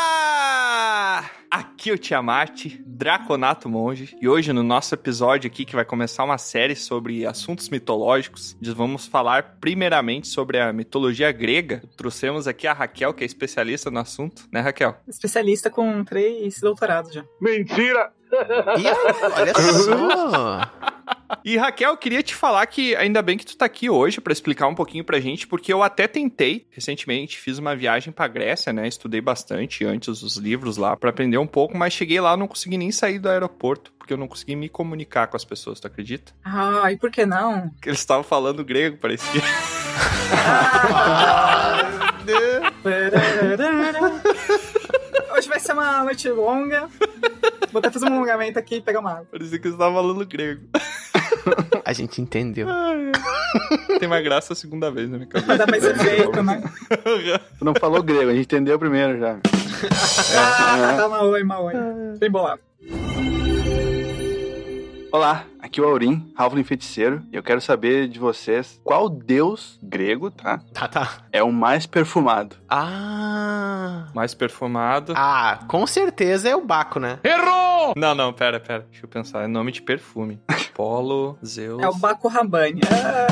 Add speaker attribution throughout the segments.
Speaker 1: Olá! Aqui é o Tiamat, Draconato Monge, e hoje no nosso episódio aqui que vai começar uma série sobre assuntos mitológicos, nós vamos falar primeiramente sobre a mitologia grega. Trouxemos aqui a Raquel, que é especialista no assunto, né, Raquel?
Speaker 2: Especialista com três doutorados já.
Speaker 3: Mentira!
Speaker 4: E aí, olha só!
Speaker 1: E Raquel, eu queria te falar que ainda bem que tu tá aqui hoje pra explicar um pouquinho pra gente, porque eu até tentei recentemente, fiz uma viagem pra Grécia, né? Estudei bastante antes os livros lá pra aprender um pouco, mas cheguei lá não consegui nem sair do aeroporto, porque eu não consegui me comunicar com as pessoas, tu acredita?
Speaker 2: Ah, e por que não?
Speaker 1: Porque eles estavam falando grego, parecia.
Speaker 2: Hoje vai ser uma noite longa. Vou até fazer um alongamento aqui e pegar uma água.
Speaker 1: Parecia que eles estavam falando grego.
Speaker 4: A gente entendeu.
Speaker 1: Tem mais graça a segunda vez na minha
Speaker 2: Vai
Speaker 1: cabeça.
Speaker 2: dar mais efeito, né?
Speaker 3: Tu não falou grego, a gente entendeu primeiro já.
Speaker 2: Ah, tá maoi, maoi.
Speaker 1: Ah.
Speaker 2: Bem bolado.
Speaker 3: Olá, aqui é o Aurim, Halfling Feiticeiro, e eu quero saber de vocês qual deus grego, tá?
Speaker 4: Tá, tá.
Speaker 3: É o mais perfumado.
Speaker 4: Ah.
Speaker 1: Mais perfumado.
Speaker 4: Ah, com certeza é o Baco, né?
Speaker 1: Não, não, pera, pera. Deixa eu pensar. É nome de perfume. Polo, Zeus.
Speaker 2: É o Baco Rabanne. Ah.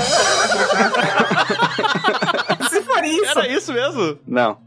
Speaker 2: Se for isso,
Speaker 1: Era isso mesmo?
Speaker 3: Não,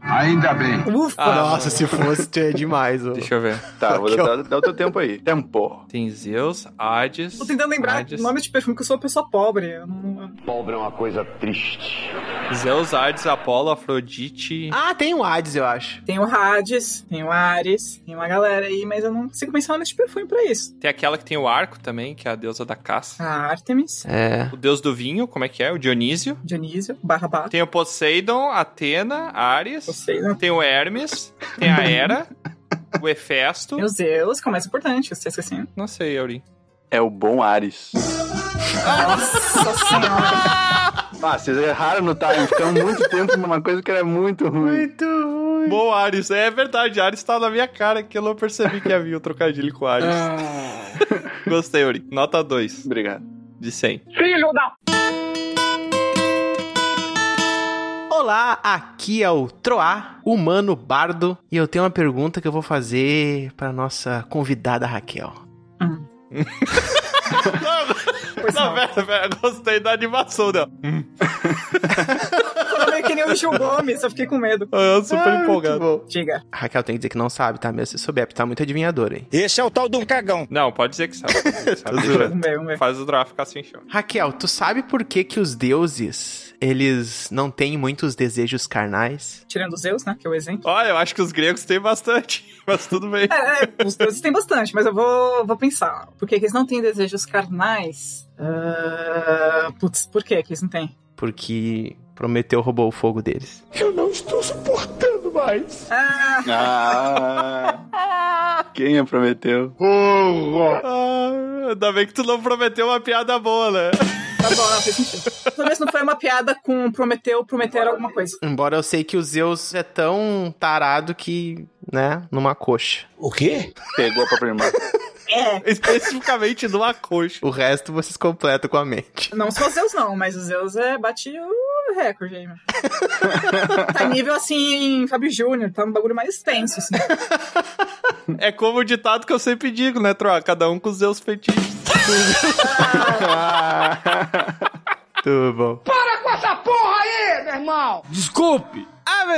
Speaker 2: ufa.
Speaker 1: Ah,
Speaker 4: Nossa, se fosse, é demais, ó.
Speaker 1: Deixa eu ver.
Speaker 3: tá, vou
Speaker 4: Aqui, ó.
Speaker 3: dar, dar o teu tempo aí. Tempo.
Speaker 1: Tem Zeus, Hades.
Speaker 2: Tô tentando lembrar
Speaker 1: Hades.
Speaker 2: nome de perfume, que eu sou uma pessoa pobre. Eu não-
Speaker 5: Pobre é uma coisa triste.
Speaker 1: Zeus, Hades, Apolo, Afrodite.
Speaker 4: Ah, tem o Hades, eu acho.
Speaker 2: Tem o Hades, tem o Ares, tem uma galera aí, mas eu não consigo pensar nome de perfume pra isso.
Speaker 1: Tem aquela que tem o arco também, que é a deusa da caça.
Speaker 2: A Artemis,
Speaker 4: É.
Speaker 1: O deus do vinho, como é que é? O Dionísio.
Speaker 2: Dionísio, Barra Barra.
Speaker 1: Tem o Poseidon, Atena, Ares.
Speaker 2: Vocês, né?
Speaker 1: Tem o Hermes. Tem a Hera. o Hefesto.
Speaker 2: Meu Deus, que é o mais importante, você tá esquecendo.
Speaker 1: Não sei, Aurim.
Speaker 3: É o bom Ares.
Speaker 2: Nossa senhora.
Speaker 3: Ah, vocês erraram no time, ficamos muito tempo numa coisa que era muito ruim.
Speaker 4: ruim.
Speaker 1: Bom, Ares. É verdade, Ares tá na minha cara que eu não percebi que havia o trocadilho com Ares.
Speaker 2: Ah.
Speaker 1: Gostei, Aurim. Nota 2
Speaker 3: Obrigado.
Speaker 1: de 100.
Speaker 4: Olá, aqui é o Troá, humano bardo, e eu tenho uma pergunta que eu vou fazer pra nossa convidada Raquel.
Speaker 1: Não,
Speaker 2: Pois
Speaker 1: não,
Speaker 2: não.
Speaker 1: pera, pera, eu gostei da animação dela.
Speaker 2: Eu meio que nem o Gil Gomes, eu fiquei com medo.
Speaker 1: Ah, Eu super empolgado.
Speaker 2: Diga.
Speaker 4: A Raquel tem que dizer que não sabe, tá? Mesmo se souber, porque tá muito adivinhadora, hein?
Speaker 5: Esse é o tal do cagão.
Speaker 1: Não, pode dizer que sabe. sabe
Speaker 4: zoando.
Speaker 2: Vamos ver, vamos ver.
Speaker 1: Faz o draft ficar sem chão.
Speaker 4: Raquel, tu sabe por que que os deuses, eles não têm muitos desejos carnais?
Speaker 2: Tirando os Zeus, né? Que é o exemplo.
Speaker 1: Olha, eu acho que os gregos têm bastante, mas tudo bem.
Speaker 2: É, é, os deuses têm bastante, mas eu vou, vou pensar. Por que, que eles não têm desejos carnais? Ah, putz, por que, que eles não têm?
Speaker 4: Porque Prometeu roubou o fogo deles.
Speaker 2: Ah,
Speaker 3: Ah, quem a prometeu?
Speaker 1: Ah, ainda bem que tu não prometeu uma piada boa, né?
Speaker 2: tá bom, não fez sentido. Talvez não foi uma piada com Prometeu, prometer alguma coisa.
Speaker 4: Embora eu sei que o Zeus é tão tarado que, né, numa coxa.
Speaker 5: O quê?
Speaker 3: Pegou pra primar.
Speaker 2: É.
Speaker 1: Especificamente do coxa.
Speaker 4: O resto vocês completam com a mente.
Speaker 2: Não só os Zeus, não, mas os Zeus é, bate o recorde aí, mano. tá nível assim, Fábio Júnior, tá um bagulho mais extenso, assim.
Speaker 1: É como o ditado que eu sempre digo, né, Troa? Cada um com seus feitiços.
Speaker 3: Ah,
Speaker 4: Tudo bom.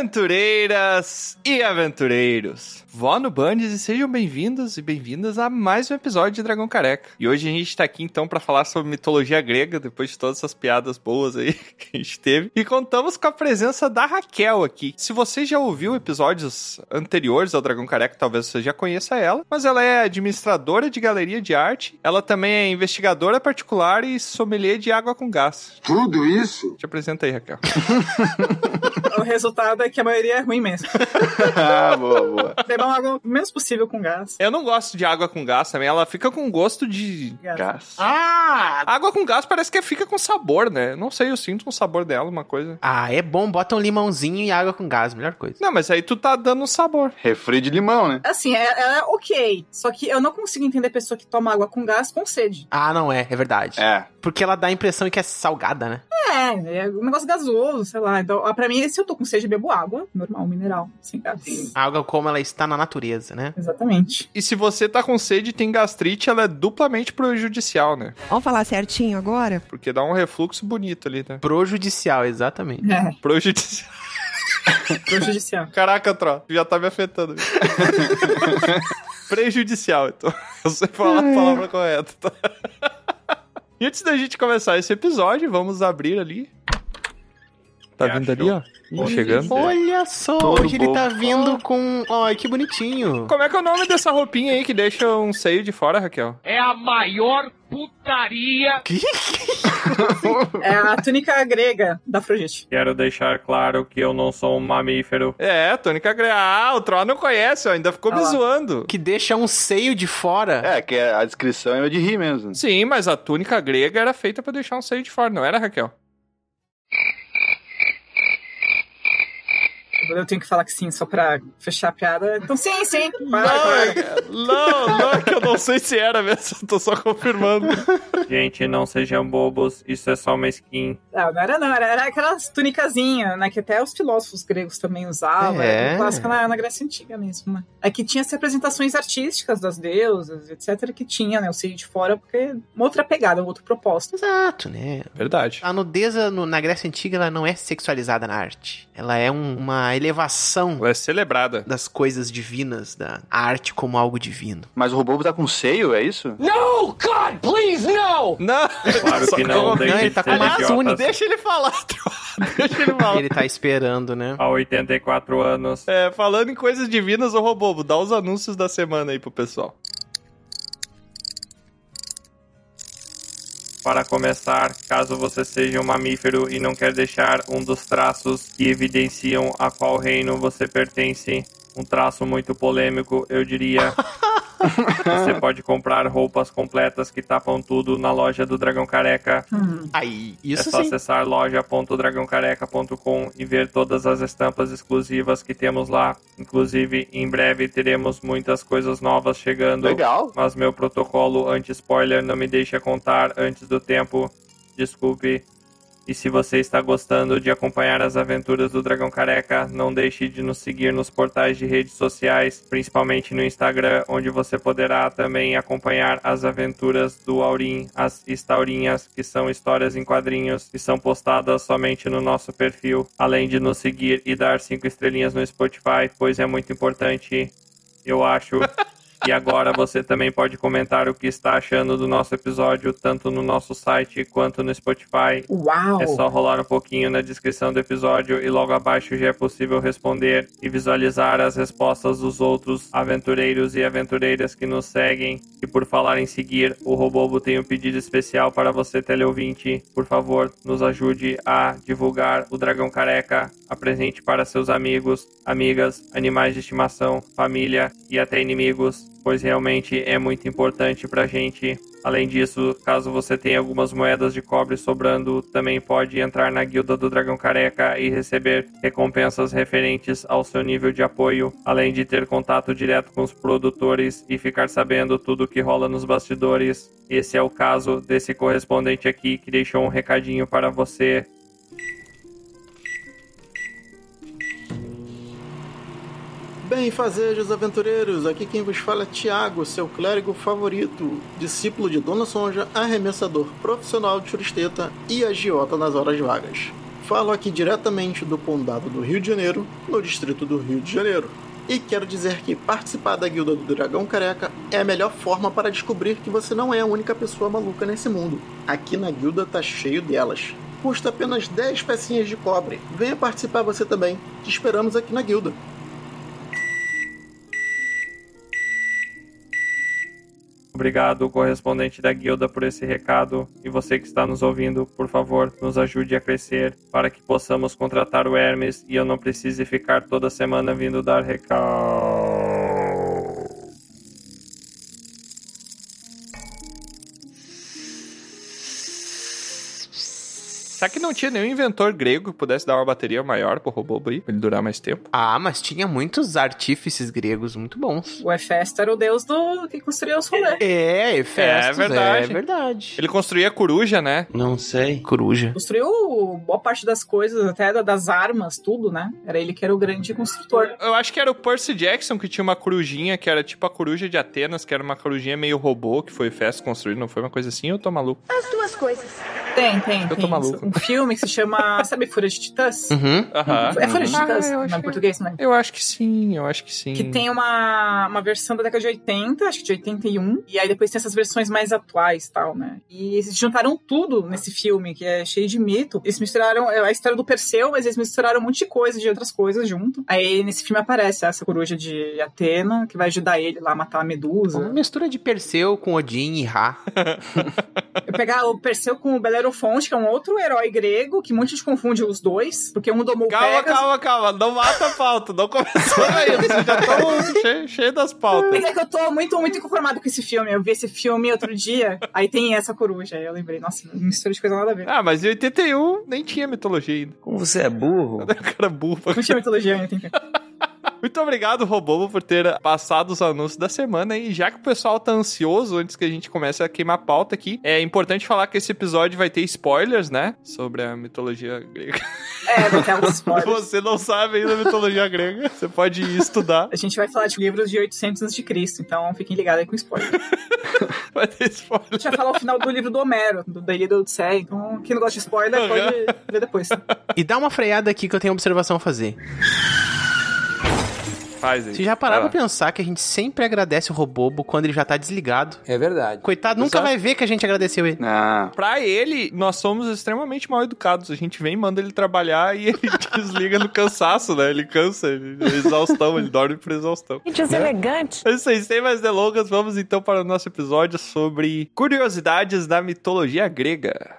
Speaker 1: Aventureiras e aventureiros, vó no Bandes e sejam bem-vindos e bem-vindas a mais um episódio de Dragão Careca. E hoje a gente tá aqui então pra falar sobre mitologia grega, depois de todas essas piadas boas aí que a gente teve. E contamos com a presença da Raquel aqui. Se você já ouviu episódios anteriores ao Dragão Careca, talvez você já conheça ela, mas ela é administradora de galeria de arte, ela também é investigadora particular e sommelier de água com gás. Tudo isso? Te apresenta aí, Raquel.
Speaker 2: O resultado é que a maioria é ruim mesmo.
Speaker 3: ah, boa, boa.
Speaker 2: Bebam água o menos possível com gás.
Speaker 1: Eu não gosto de água com gás também, ela fica com gosto de.
Speaker 2: Gás.
Speaker 3: Gás.
Speaker 4: Ah!
Speaker 1: Água com gás parece que fica com sabor, né? Não sei, eu sinto um sabor dela, uma coisa.
Speaker 4: Ah, é bom, bota um limãozinho e água com gás, melhor coisa.
Speaker 1: Não, mas aí tu tá dando um sabor.
Speaker 3: Refri de limão, né?
Speaker 2: Assim, é- ela é ok. Só que eu não consigo entender pessoa que toma água com gás com sede.
Speaker 4: Ah, não é, é verdade.
Speaker 3: É.
Speaker 4: Porque ela dá a impressão que é salgada, né?
Speaker 2: É, é um negócio gasoso, sei lá. Então, ah, pra mim, se eu tô com sede, eu bebo água, normal, mineral, sem gás.
Speaker 4: A água como ela está na natureza, né?
Speaker 2: Exatamente.
Speaker 1: E se você tá com sede e tem gastrite, ela é duplamente prejudicial, né?
Speaker 6: Vamos falar certinho agora?
Speaker 1: Porque dá um refluxo bonito ali, né?
Speaker 4: Projudicial, exatamente.
Speaker 2: É,
Speaker 1: Prejudicial.
Speaker 2: prejudicial.
Speaker 1: Caraca, Tro, já tá me afetando. prejudicial, então. Eu sei falar a palavra correta, tá? E antes da gente começar esse episódio, vamos abrir ali. Tá
Speaker 3: É,
Speaker 1: vindo ali,
Speaker 3: show.
Speaker 1: ó?
Speaker 3: Bom,
Speaker 1: chegando.
Speaker 4: Olha só,
Speaker 3: Todo
Speaker 4: hoje ele
Speaker 3: bom.
Speaker 4: tá vindo com. Olha, que bonitinho.
Speaker 1: Como é que é o nome dessa roupinha aí que deixa um seio de fora, Raquel?
Speaker 7: é a maior putaria
Speaker 2: É a túnica grega da Afrodite.
Speaker 8: Quero deixar claro que eu não sou um mamífero.
Speaker 1: É, Tônica Grey. Ah, o Troll não conhece, ó, ainda ficou
Speaker 2: Ah
Speaker 1: me
Speaker 2: lá.
Speaker 1: zoando.
Speaker 4: Que deixa um seio de fora.
Speaker 3: É, que a descrição é de rir mesmo.
Speaker 1: Sim, mas a túnica grega era feita pra deixar um seio de fora, não era, Raquel?
Speaker 2: Eu tenho que falar que sim, só pra fechar a piada. Então, sim, sim. Para,
Speaker 1: é.
Speaker 2: para.
Speaker 1: não, não, é que eu não sei se era mesmo, tô só confirmando.
Speaker 8: Gente, não sejam bobos, isso é só uma skin.
Speaker 2: Ah, Não, não era não, era, era aquelas tunicazinhas, né? Que até os filósofos gregos também usavam.
Speaker 4: É.
Speaker 2: Era um clássico na, na Grécia Antiga mesmo, né? É que tinha as representações artísticas das deusas, etc. Que tinha, né? O seio de fora, porque uma outra pegada, um outro propósito.
Speaker 4: Exato, né?
Speaker 1: Verdade.
Speaker 4: A nudez no- na Grécia Antiga ela não é sexualizada na arte. Ela é um- uma elevação
Speaker 1: Ela é celebrada.
Speaker 4: das coisas divinas, da arte como algo divino.
Speaker 3: Mas o robô tá com seio, é isso?
Speaker 1: Não,
Speaker 8: Claro
Speaker 1: só
Speaker 8: que não, né?
Speaker 1: calma.
Speaker 4: ele
Speaker 8: é deixem de
Speaker 4: tá com
Speaker 8: ser
Speaker 4: uma
Speaker 8: idiotas.
Speaker 4: túnica.
Speaker 1: Deixa ele falar, Troll. Deixa ele falar.
Speaker 4: Ele tá esperando, né?
Speaker 8: Há 84 anos.
Speaker 1: É, falando em coisas divinas, ô Robobo, dá os anúncios da semana aí pro pessoal.
Speaker 8: Para começar, caso você seja um mamífero e não quer deixar um dos traços que evidenciam a qual reino você pertence, um traço muito polêmico, eu diria. Você pode comprar roupas completas que tapam tudo na loja do Dragão Careca.
Speaker 4: Aí,
Speaker 8: é
Speaker 4: isso
Speaker 8: só
Speaker 4: sim.
Speaker 8: acessar loja.dragãocareca.com e ver todas as estampas exclusivas que temos lá. Inclusive, em breve teremos muitas coisas novas chegando.
Speaker 3: Legal.
Speaker 8: Mas meu protocolo anti-spoiler não me deixa contar antes do tempo. Desculpe. E se você está gostando de acompanhar as aventuras do Dragão Careca, não deixe de nos seguir nos portais de redes sociais, principalmente no Instagram, onde você poderá também acompanhar as aventuras do Aurim, as Estaurinhas, que são histórias em quadrinhos e são postadas somente no nosso perfil, além de nos seguir e dar cinco estrelinhas no Spotify, pois é muito importante, eu acho. E agora você também pode comentar o que está achando do nosso episódio, tanto no nosso site quanto no Spotify.
Speaker 2: Uau!
Speaker 8: É só rolar um pouquinho na descrição do episódio e logo abaixo já é possível responder e visualizar as respostas dos outros aventureiros e aventureiras que nos seguem. E por falar em seguir, o Robobo tem um pedido especial para você, teleouvinte. Por favor, nos ajude a divulgar o Dragão Careca. Apresente para seus amigos, amigas, animais de estimação, família e até inimigos, pois realmente é muito importante pra gente. Além disso, caso você tenha algumas moedas de cobre sobrando, também pode entrar na Guilda do Dragão Careca e receber recompensas referentes ao seu nível de apoio, além de ter contato direto com os produtores e ficar sabendo tudo o que rola nos bastidores. Esse é o caso desse correspondente aqui que deixou um recadinho para você.
Speaker 9: Bem-fazejos aventureiros, aqui quem vos fala é Tiago, seu clérigo favorito, discípulo de Dona Sonja, arremessador profissional de churisteta e agiota nas horas vagas. Falo aqui diretamente do Condado do Rio de Janeiro, no distrito do Rio de Janeiro. E quero dizer que participar da Guilda do Dragão Careca é a melhor forma para descobrir que você não é a única pessoa maluca nesse mundo. Aqui na guilda tá cheio delas. Custa apenas 10 pecinhas de cobre. Venha participar você também. Te esperamos aqui na guilda.
Speaker 8: obrigado, correspondente da guilda, por esse recado. E você que está nos ouvindo, por favor, nos ajude a crescer para que possamos contratar o Hermes e eu não precise ficar toda semana vindo dar recado.
Speaker 1: Será que não tinha nenhum inventor grego que pudesse dar uma bateria maior pro robô aí, pra ele durar mais tempo?
Speaker 4: Ah, mas tinha muitos artífices gregos muito bons.
Speaker 2: O Hefesto era o deus do que construiu os rolês.
Speaker 4: É, Hefestos,
Speaker 1: É verdade.
Speaker 4: É verdade.
Speaker 1: Ele construía coruja, né?
Speaker 10: Não sei.
Speaker 4: Coruja.
Speaker 2: Construiu boa parte das coisas, até da- das armas, tudo, né? Era ele que era o grande construtor.
Speaker 1: Eu acho que era o Percy Jackson que tinha uma corujinha, que era tipo a coruja de Atenas, que era uma corujinha meio robô, que foi festa construída, não foi uma coisa assim? Eu tô maluco.
Speaker 6: As duas coisas.
Speaker 2: Tem, tem.
Speaker 1: Eu tô
Speaker 2: tem.
Speaker 1: maluco.
Speaker 2: Um filme que se chama, sabe, Fúria de Titãs?
Speaker 4: Uhum.
Speaker 1: Aham.
Speaker 2: É Fúria de
Speaker 1: Ah,
Speaker 2: Titãs,
Speaker 1: eu
Speaker 2: não é
Speaker 1: acho
Speaker 2: em
Speaker 1: que-
Speaker 2: português, né?
Speaker 1: Eu acho que sim, eu acho que sim.
Speaker 2: Que tem uma, uma versão da década de 80, acho que de 81, e aí depois tem essas versões mais atuais e tal, né? E eles juntaram tudo nesse filme, que é cheio de mito. Eles misturaram é, a história do Perseu, mas eles misturaram um monte de coisa, de outras coisas junto. Aí nesse filme aparece essa coruja de Atena, que vai ajudar ele lá a matar a
Speaker 4: Uma
Speaker 2: Medusa.
Speaker 4: mistura de Perseu com Odin e Ra.
Speaker 2: Eu pegar o Perseu com o Belerofonte, que é um outro herói grego, que um monte de gente confunde os dois, porque um domou o
Speaker 1: Calma,
Speaker 2: Pegasus.
Speaker 1: calma, calma. Não mata a pauta. Não começou ainda. Vocês já estão cheio, cheio das pautas.
Speaker 2: Mas é que eu tô muito, muito inconformado com esse filme. Eu vi esse filme outro dia, aí tem essa coruja. Aí eu lembrei, nossa, mistura de coisa nada a ver.
Speaker 1: Ah, mas em 81 nem tinha mitologia ainda.
Speaker 10: Como você é burro?
Speaker 1: O cara burro.
Speaker 2: Não tinha mitologia ainda, tem
Speaker 1: Muito obrigado, Robobo, por ter passado os anúncios da semana. E já que o pessoal tá ansioso antes que a gente comece a queimar a pauta aqui, é importante falar que esse episódio vai ter spoilers, né? Sobre a mitologia grega.
Speaker 2: É, vai ter alguns
Speaker 1: Se
Speaker 2: spoilers.
Speaker 1: você não sabe ainda a mitologia grega, você pode ir estudar.
Speaker 2: A gente vai falar de livros de 800 antes de Cristo, então fiquem ligados aí com spoiler.
Speaker 1: Vai ter spoiler.
Speaker 2: A gente vai falar o final do livro do Homero, do da Ilha da Odisseia, então quem não gosta de spoiler pode ver depois. É
Speaker 4: E dá uma freada aqui que eu tenho uma observação a fazer.
Speaker 1: Faz aí.
Speaker 4: Vocês já pararam
Speaker 1: Vai lá.
Speaker 4: pra pensar que a gente sempre agradece o Robobo quando ele já tá desligado?
Speaker 10: É verdade.
Speaker 4: Coitado, nunca
Speaker 10: Exato.
Speaker 4: vai ver que a gente agradeceu ele.
Speaker 3: Ah,
Speaker 1: Pra ele, nós somos extremamente mal educados. A gente vem, manda ele trabalhar e ele desliga no cansaço, né? Ele cansa, ele é exaustão, ele dorme por exaustão.
Speaker 6: Gente, os elegantes.
Speaker 1: É isso aí, sem mais delongas, vamos então para o nosso episódio sobre curiosidades da mitologia grega.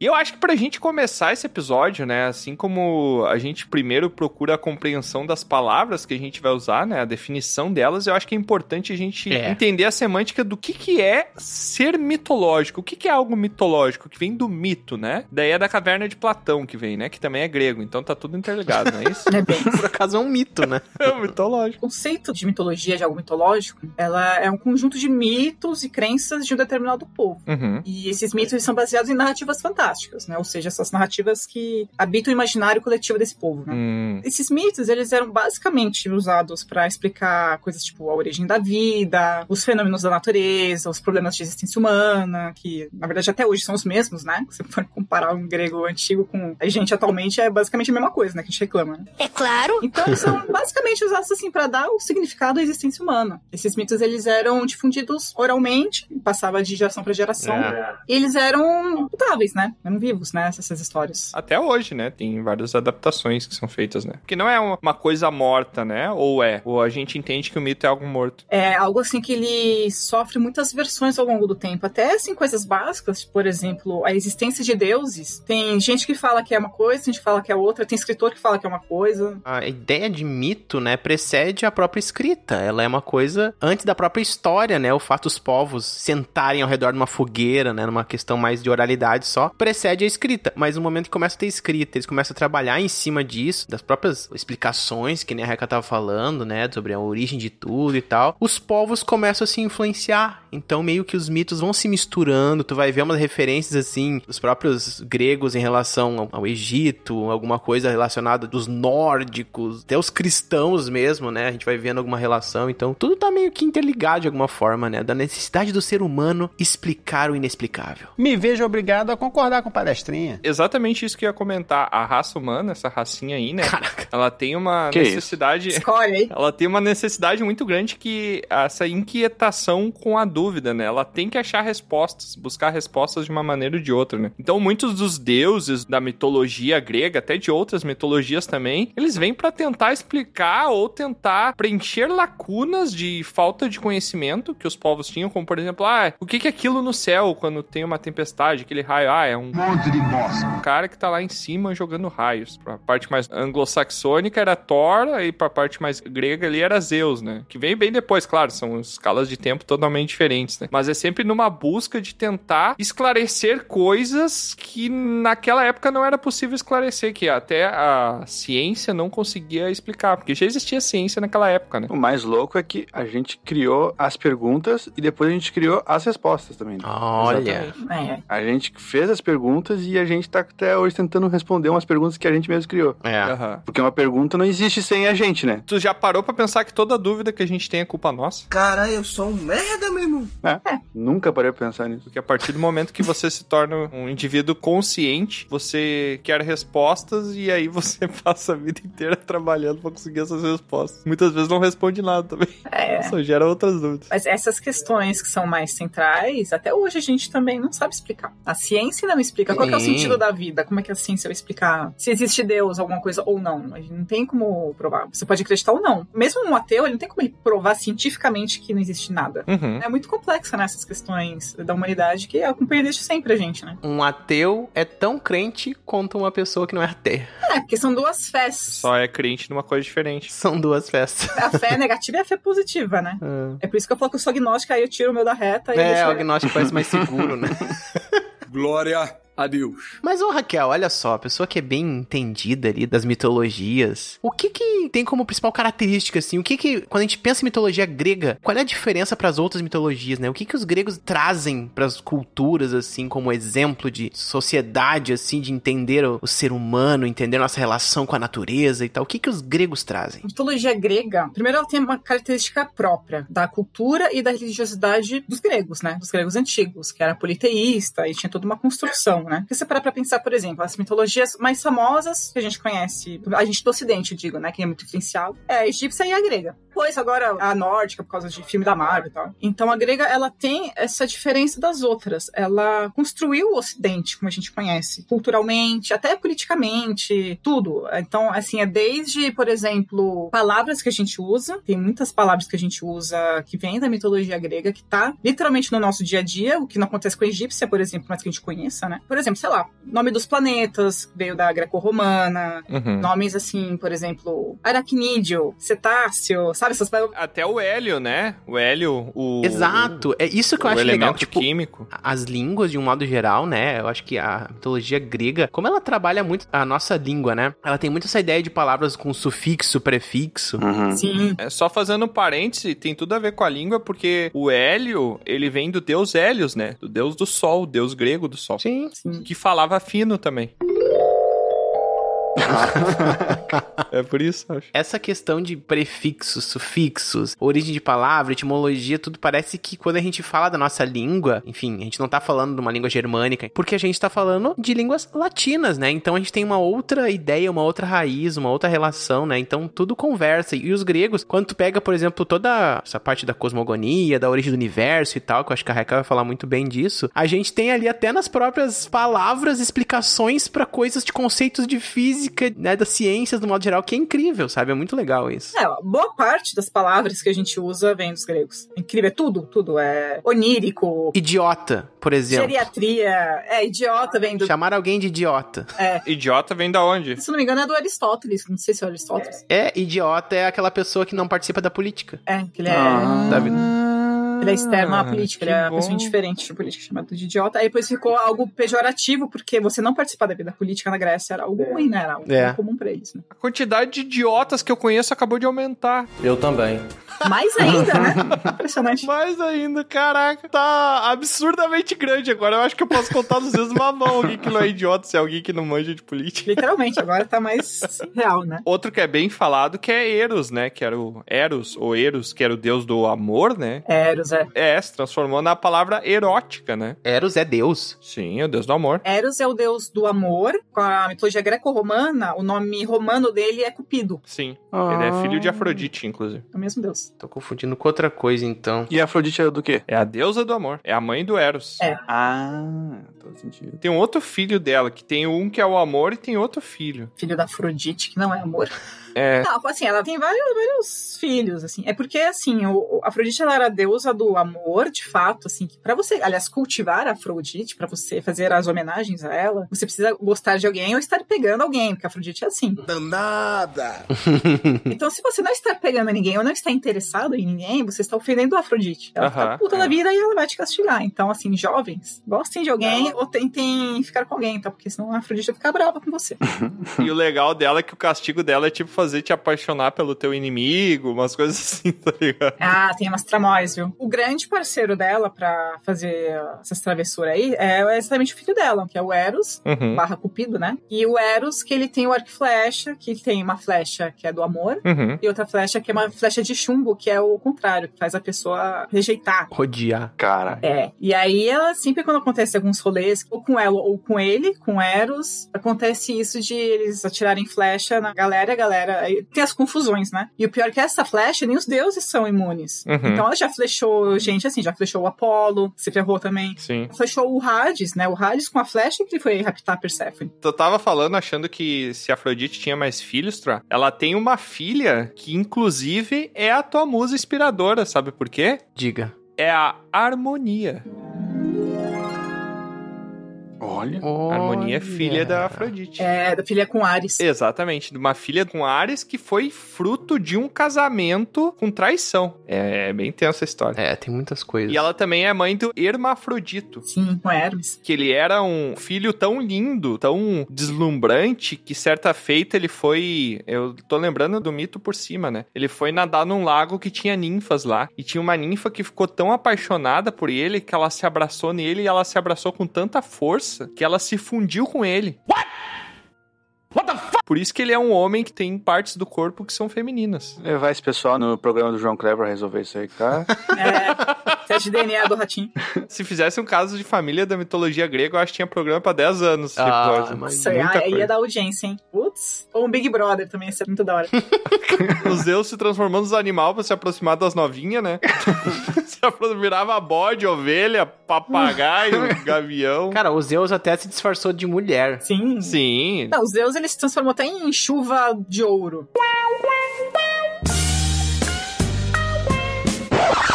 Speaker 1: E eu acho que pra gente começar esse episódio, né, assim como a gente primeiro procura a compreensão das palavras que a gente vai usar, né, a definição delas, eu acho que é importante a gente
Speaker 4: É.
Speaker 1: entender a semântica do que que é ser mitológico, o que que é algo mitológico, que vem do mito, né? Daí é da caverna de Platão que vem, né, que também é grego, então tá tudo interligado, não é isso?
Speaker 2: É bem.
Speaker 4: Por acaso é um mito, né?
Speaker 1: é mitológico.
Speaker 2: O conceito de mitologia, de algo mitológico, ela é um conjunto de mitos e crenças de um determinado povo.
Speaker 1: Uhum.
Speaker 2: E esses mitos eles são baseados em narrativas fantásticas, né? Ou seja, essas narrativas que habitam o imaginário coletivo desse povo, né?
Speaker 1: Hum.
Speaker 2: Esses mitos, eles eram basicamente usados para explicar coisas tipo a origem da vida, os fenômenos da natureza, os problemas de existência humana, que na verdade até hoje são os mesmos, né? Se for comparar um grego antigo com a gente atualmente, é basicamente a mesma coisa, né? Que a gente reclama, né?
Speaker 6: É claro.
Speaker 2: Então são basicamente usados assim para dar o significado à existência humana. Esses mitos, eles eram difundidos oralmente, passava de geração para geração,
Speaker 1: um
Speaker 4: É.
Speaker 2: e eles eram mutáveis, né? Eram vivos, né? Essas histórias.
Speaker 1: Até hoje, né? Tem várias adaptações que são feitas, né? Porque não é uma- uma coisa morta, né? Ou é. Ou a gente entende que o mito é algo morto.
Speaker 2: É algo assim que ele sofre muitas versões ao longo do tempo. Até assim, coisas básicas, tipo, por exemplo, a existência de deuses. Tem gente que fala que é uma coisa, tem gente que fala que é outra, tem escritor que fala que é uma coisa.
Speaker 4: A ideia de mito, né, precede a própria escrita. Ela é uma coisa antes da própria história, né? O fato dos povos sentarem ao redor de uma fogueira, né, numa questão mais de oralidade só, precede a escrita. Mas no momento que começa a ter escrita, eles começam a trabalhar em cima disso, das próprias explicações que nem a Reca tava falando, né, sobre a origem de tudo e tal. Os povos começam a se influenciar. Então meio que os mitos vão se misturando, tu vai ver umas referências assim dos próprios gregos em relação ao- ao Egito, alguma coisa relacionada dos nórdicos, até os cristãos mesmo, né? A gente vai vendo alguma relação, então tudo tá meio que interligado de alguma forma, né? Da necessidade do ser humano explicar o inexplicável.
Speaker 10: Me vejo obrigado a concordar com o palestrinha.
Speaker 1: Exatamente isso que eu ia comentar. A raça humana, essa racinha aí, né?
Speaker 4: Caraca.
Speaker 1: Ela tem uma
Speaker 3: Que
Speaker 1: necessidade.
Speaker 2: Escolhe aí.
Speaker 1: Ela tem uma necessidade muito grande que essa inquietação com a dúvida, né? Ela tem que achar respostas, buscar respostas de uma maneira ou de outra, né? Então, muitos dos deuses da mitologia grega, até de outras mitologias também, eles vêm pra tentar explicar ou tentar preencher lacunas de falta de conhecimento que os povos tinham, como por exemplo, ah, o que que é aquilo no céu quando tem uma tempestade, aquele raio, ah, é um
Speaker 5: Monte de bosta.
Speaker 1: um cara que tá lá em cima jogando raios. Pra parte mais anglo-saxônica era Thor, aí pra parte mais grega ali era Zeus, né? Que vem bem depois, claro, são escalas de tempo totalmente diferentes, né? Mas é sempre numa busca de tentar esclarecer coisas que naquela época não era possível esclarecer, que até a ciência não conseguia explicar, porque já existia ciência naquela época, né?
Speaker 3: O mais louco é que a gente criou as perguntas e depois a gente criou as respostas também. né?
Speaker 4: Olha.
Speaker 1: Exatamente.
Speaker 2: É.
Speaker 3: A gente fez as perguntas e a gente tá até hoje tentando responder umas perguntas que a gente mesmo criou.
Speaker 4: É.
Speaker 1: Aham.
Speaker 3: Porque uma pergunta não existe sem a gente, né?
Speaker 1: Tu já parou pra pensar que toda dúvida que a gente tem é culpa nossa?
Speaker 5: Cara, eu sou um merda, meu irmão.
Speaker 3: Nunca parei pra pensar nisso.
Speaker 1: Porque a partir do momento que você se torna um indivíduo consciente, você quer respostas e aí você passa a vida inteira trabalhando pra conseguir essas respostas. Muitas vezes não responde nada também,
Speaker 2: É.
Speaker 1: só gera outras dúvidas.
Speaker 2: Mas essas questões que são mais centrais, até hoje a gente também não sabe explicar. A ciência ainda não explica. Qual que é o
Speaker 4: Sim.
Speaker 2: sentido da vida? Como é que a ciência vai explicar se existe Deus, alguma coisa ou não? A gente não tem como provar. Você pode acreditar ou não. Mesmo um ateu, ele não tem como ele provar cientificamente que não existe nada.
Speaker 1: Uhum.
Speaker 2: É muito complexa nessas questões da humanidade que acompanha desde sempre a gente, né?
Speaker 4: Um ateu é tão crente quanto uma pessoa que não é ateia.
Speaker 2: É, porque são duas fés.
Speaker 1: Só é crente numa coisa diferente.
Speaker 4: São duas festas.
Speaker 2: A fé negativa e a fé positiva, né?
Speaker 4: Ah.
Speaker 2: É por isso que eu falo que eu sou agnóstica, aí eu tiro o meu da reta e
Speaker 4: É,
Speaker 2: deixo-
Speaker 4: o agnóstico parece mais seguro, né?
Speaker 5: Glória a Deus.
Speaker 4: Mas, ô Raquel, olha só, a pessoa que é bem entendida ali das mitologias, o que que tem como principal característica, assim? O que que, quando a gente pensa em mitologia grega, qual é a diferença pras outras mitologias, né? O que que os gregos trazem pras culturas, assim, como exemplo de sociedade, assim, de entender o, o ser humano, entender nossa relação com a natureza e tal? O que que os gregos trazem?
Speaker 2: A mitologia grega, primeiro ela tem uma característica própria da cultura e da religiosidade dos gregos, né? Dos gregos antigos, que era politeísta e tinha toda uma construção, né? Se você parar pra pensar, por exemplo, as mitologias mais famosas que a gente conhece, a gente do ocidente, eu digo, né? Que é muito influenciado, é a egípcia e a grega. Pois agora a nórdica, por causa de filme da Marvel e tal. Então a grega, ela tem essa diferença das outras. Ela construiu o ocidente, como a gente conhece, culturalmente, até politicamente, tudo. Então, assim, é desde, por exemplo, palavras que a gente usa, tem muitas palavras que a gente usa que vem da mitologia grega, que tá literalmente no nosso dia a dia, o que não acontece com a egípcia, por exemplo, mas que a gente conheça, né? Por exemplo, sei lá, nome dos planetas, veio da greco-romana,
Speaker 1: Uhum.
Speaker 2: nomes assim, por exemplo, aracnídeo, cetáceo, sabe? Essas palavras.
Speaker 1: Até o hélio, né? O hélio, o.
Speaker 4: Exato, é isso que eu
Speaker 1: o
Speaker 4: acho
Speaker 1: elemento
Speaker 4: legal, tipo...
Speaker 1: químico.
Speaker 4: as línguas de um modo geral, né? Eu acho que a mitologia grega, como ela trabalha muito a nossa língua, né? Ela tem muito essa ideia de palavras com sufixo, prefixo.
Speaker 3: Uhum.
Speaker 2: Sim,
Speaker 1: É, só fazendo um parêntese, tem tudo a ver com a língua, porque o hélio, ele vem do deus Hélios, né? Do deus do sol, deus grego do sol.
Speaker 4: Sim.
Speaker 2: sim.
Speaker 1: Que falava fino também. é por isso, acho.
Speaker 4: Essa questão de prefixos, sufixos, origem de palavra, etimologia, tudo parece que quando a gente fala da nossa língua, enfim, a gente não tá falando de uma língua germânica, porque a gente tá falando de línguas latinas, né? Então a gente tem uma outra ideia, uma outra raiz, uma outra relação, né? Então tudo conversa. E os gregos, quando tu pega, por exemplo, toda essa parte da cosmogonia, da origem do universo e tal, que eu acho que a Raquel vai falar muito bem disso, a gente tem ali até nas próprias palavras explicações pra coisas de conceitos de física, né, das ciências do modo geral, que é incrível, sabe? É muito legal isso.
Speaker 2: É, ó, boa parte das palavras que a gente usa vem dos gregos. Incrível, é tudo, tudo. É onírico,
Speaker 4: Idiota, por exemplo.
Speaker 2: geriatria, é idiota vem do.
Speaker 4: Chamar alguém de idiota.
Speaker 1: É, Idiota vem da onde?
Speaker 2: Se não me engano, é do Aristóteles. Não sei se é o Aristóteles.
Speaker 4: É, idiota é aquela pessoa que não participa da política.
Speaker 2: É, que ele é.
Speaker 3: Ah.
Speaker 4: Sabe?
Speaker 2: Ele é externo à política,
Speaker 1: que
Speaker 2: ele é uma
Speaker 1: bom.
Speaker 2: pessoa indiferente de política, chamado de idiota. Aí depois ficou algo pejorativo, porque você não participar da vida política na Grécia era algo ruim, né? Era algo
Speaker 4: É.
Speaker 2: comum pra eles, né?
Speaker 1: A quantidade de idiotas que eu conheço acabou de aumentar.
Speaker 5: Eu também.
Speaker 2: Mais ainda, né? Impressionante.
Speaker 1: Mais ainda, caraca, tá absurdamente grande agora. Eu acho que eu posso contar nos dedos uma mão alguém que não é idiota, se é alguém que não manja de política.
Speaker 2: Literalmente, agora tá mais real, né?
Speaker 1: Outro que é bem falado que é Eros, né? Que era o Eros, ou Eros, que era o deus do amor, né?
Speaker 2: Eros, é.
Speaker 1: É, se transformou na palavra erótica, né?
Speaker 4: Eros é Deus.
Speaker 1: Sim, é o deus do amor.
Speaker 2: Eros é o deus do amor. Com a mitologia greco-romana, o nome romano dele é Cupido.
Speaker 1: Sim. Ele
Speaker 2: Ah.
Speaker 1: é filho de Afrodite, inclusive.
Speaker 2: É o mesmo deus.
Speaker 4: Tô confundindo com outra coisa, então.
Speaker 3: E Afrodite era do quê?
Speaker 1: É a deusa do amor. É a mãe do Eros.
Speaker 2: É.
Speaker 3: Ah, todo sentido.
Speaker 1: Tem um outro filho dela, que tem um que é o amor e tem outro filho.
Speaker 2: Filho da Afrodite, que não é amor.
Speaker 1: É.
Speaker 2: Não, assim, ela tem vários, vários filhos, assim. É porque, assim, o, o- a Afrodite, ela era a deusa do amor, de fato, assim. que Pra você, aliás, cultivar a Afrodite, pra você fazer as homenagens a ela, você precisa gostar de alguém ou estar pegando alguém, porque a Afrodite é assim.
Speaker 5: Danada!
Speaker 2: Então, se você não está pegando ninguém ou não está interessado em ninguém, você está ofendendo a Afrodite. Ela
Speaker 1: Aham,
Speaker 2: fica puta da
Speaker 1: é.
Speaker 2: vida e ela vai te castigar. Então, assim, jovens, gostem de alguém ou tentem ficar com alguém, tá? Porque senão a Afrodite vai ficar brava com você.
Speaker 1: E o legal dela é que o castigo dela é tipo fazer te apaixonar pelo teu inimigo, umas coisas assim, tá ligado?
Speaker 2: Ah, tem umas tramóis, viu? O grande parceiro dela pra fazer essas travessuras aí é exatamente o filho dela, que é o Eros,
Speaker 1: Uhum.
Speaker 2: barra Cupido, né? E o Eros, que ele tem o arco e flecha, que tem uma flecha que é do amor,
Speaker 1: Uhum.
Speaker 2: e outra flecha que é uma flecha de chumbo, que é o contrário, que faz a pessoa rejeitar.
Speaker 4: Rodear.
Speaker 3: Cara,
Speaker 2: É, e aí ela sempre quando acontece alguns rolês, ou com ela ou com ele, com Eros, acontece isso de eles atirarem flecha na galera, e a galera aí tem as confusões, né? E o pior é que essa flecha nem os deuses são imunes.
Speaker 1: Uhum.
Speaker 2: Então ela já flechou gente assim, já flechou o Apolo, se ferrou também.
Speaker 1: Sim.
Speaker 2: Flechou o Hades, né? O Hades com a flecha que ele foi raptar a Persephone.
Speaker 1: Tu tava falando, achando que se Afrodite tinha mais filhos, Tra, ela tem uma filha que, inclusive, é a tua musa inspiradora, sabe por quê?
Speaker 4: Diga.
Speaker 1: É a harmonia.
Speaker 3: olha.
Speaker 1: A harmonia é filha da Afrodite.
Speaker 2: É, da filha com Ares.
Speaker 1: Exatamente, de uma filha com Ares que foi fruto de um casamento com traição. É, é bem tensa a história.
Speaker 4: É, tem muitas coisas.
Speaker 1: E ela também é mãe do Hermafrodito.
Speaker 2: Sim, com Hermes.
Speaker 1: que ele era um filho tão lindo, tão deslumbrante, que certa feita ele foi. Eu tô lembrando do mito por cima, né? Ele foi nadar num lago que tinha ninfas lá. E tinha uma ninfa que ficou tão apaixonada por ele que ela se abraçou nele e ela se abraçou com tanta força que ela se fundiu com ele. What? Por isso que ele é um homem que tem partes do corpo que são femininas.
Speaker 3: Levar esse pessoal no programa do João Clever resolver isso aí, tá? cara.
Speaker 2: É, teste de DNA do ratinho.
Speaker 1: Se fizesse um caso de família da mitologia grega, eu acho que tinha programa pra 10 anos. esse
Speaker 4: Ah,
Speaker 1: episódio. né?
Speaker 4: mas
Speaker 2: Nossa,
Speaker 1: Muita
Speaker 2: aí
Speaker 1: coisa.
Speaker 2: ia dar audiência, hein? Putz. Ou um Big Brother também, isso é muito da hora.
Speaker 1: Os deuses se transformando nos animal pra se aproximar das novinhas, né? se apro- virava bode, ovelha, papagaio, gavião.
Speaker 4: Cara, o Zeus até se disfarçou de mulher.
Speaker 2: Sim.
Speaker 1: Sim.
Speaker 2: Não, os deuses eles se transformou até em chuva de ouro.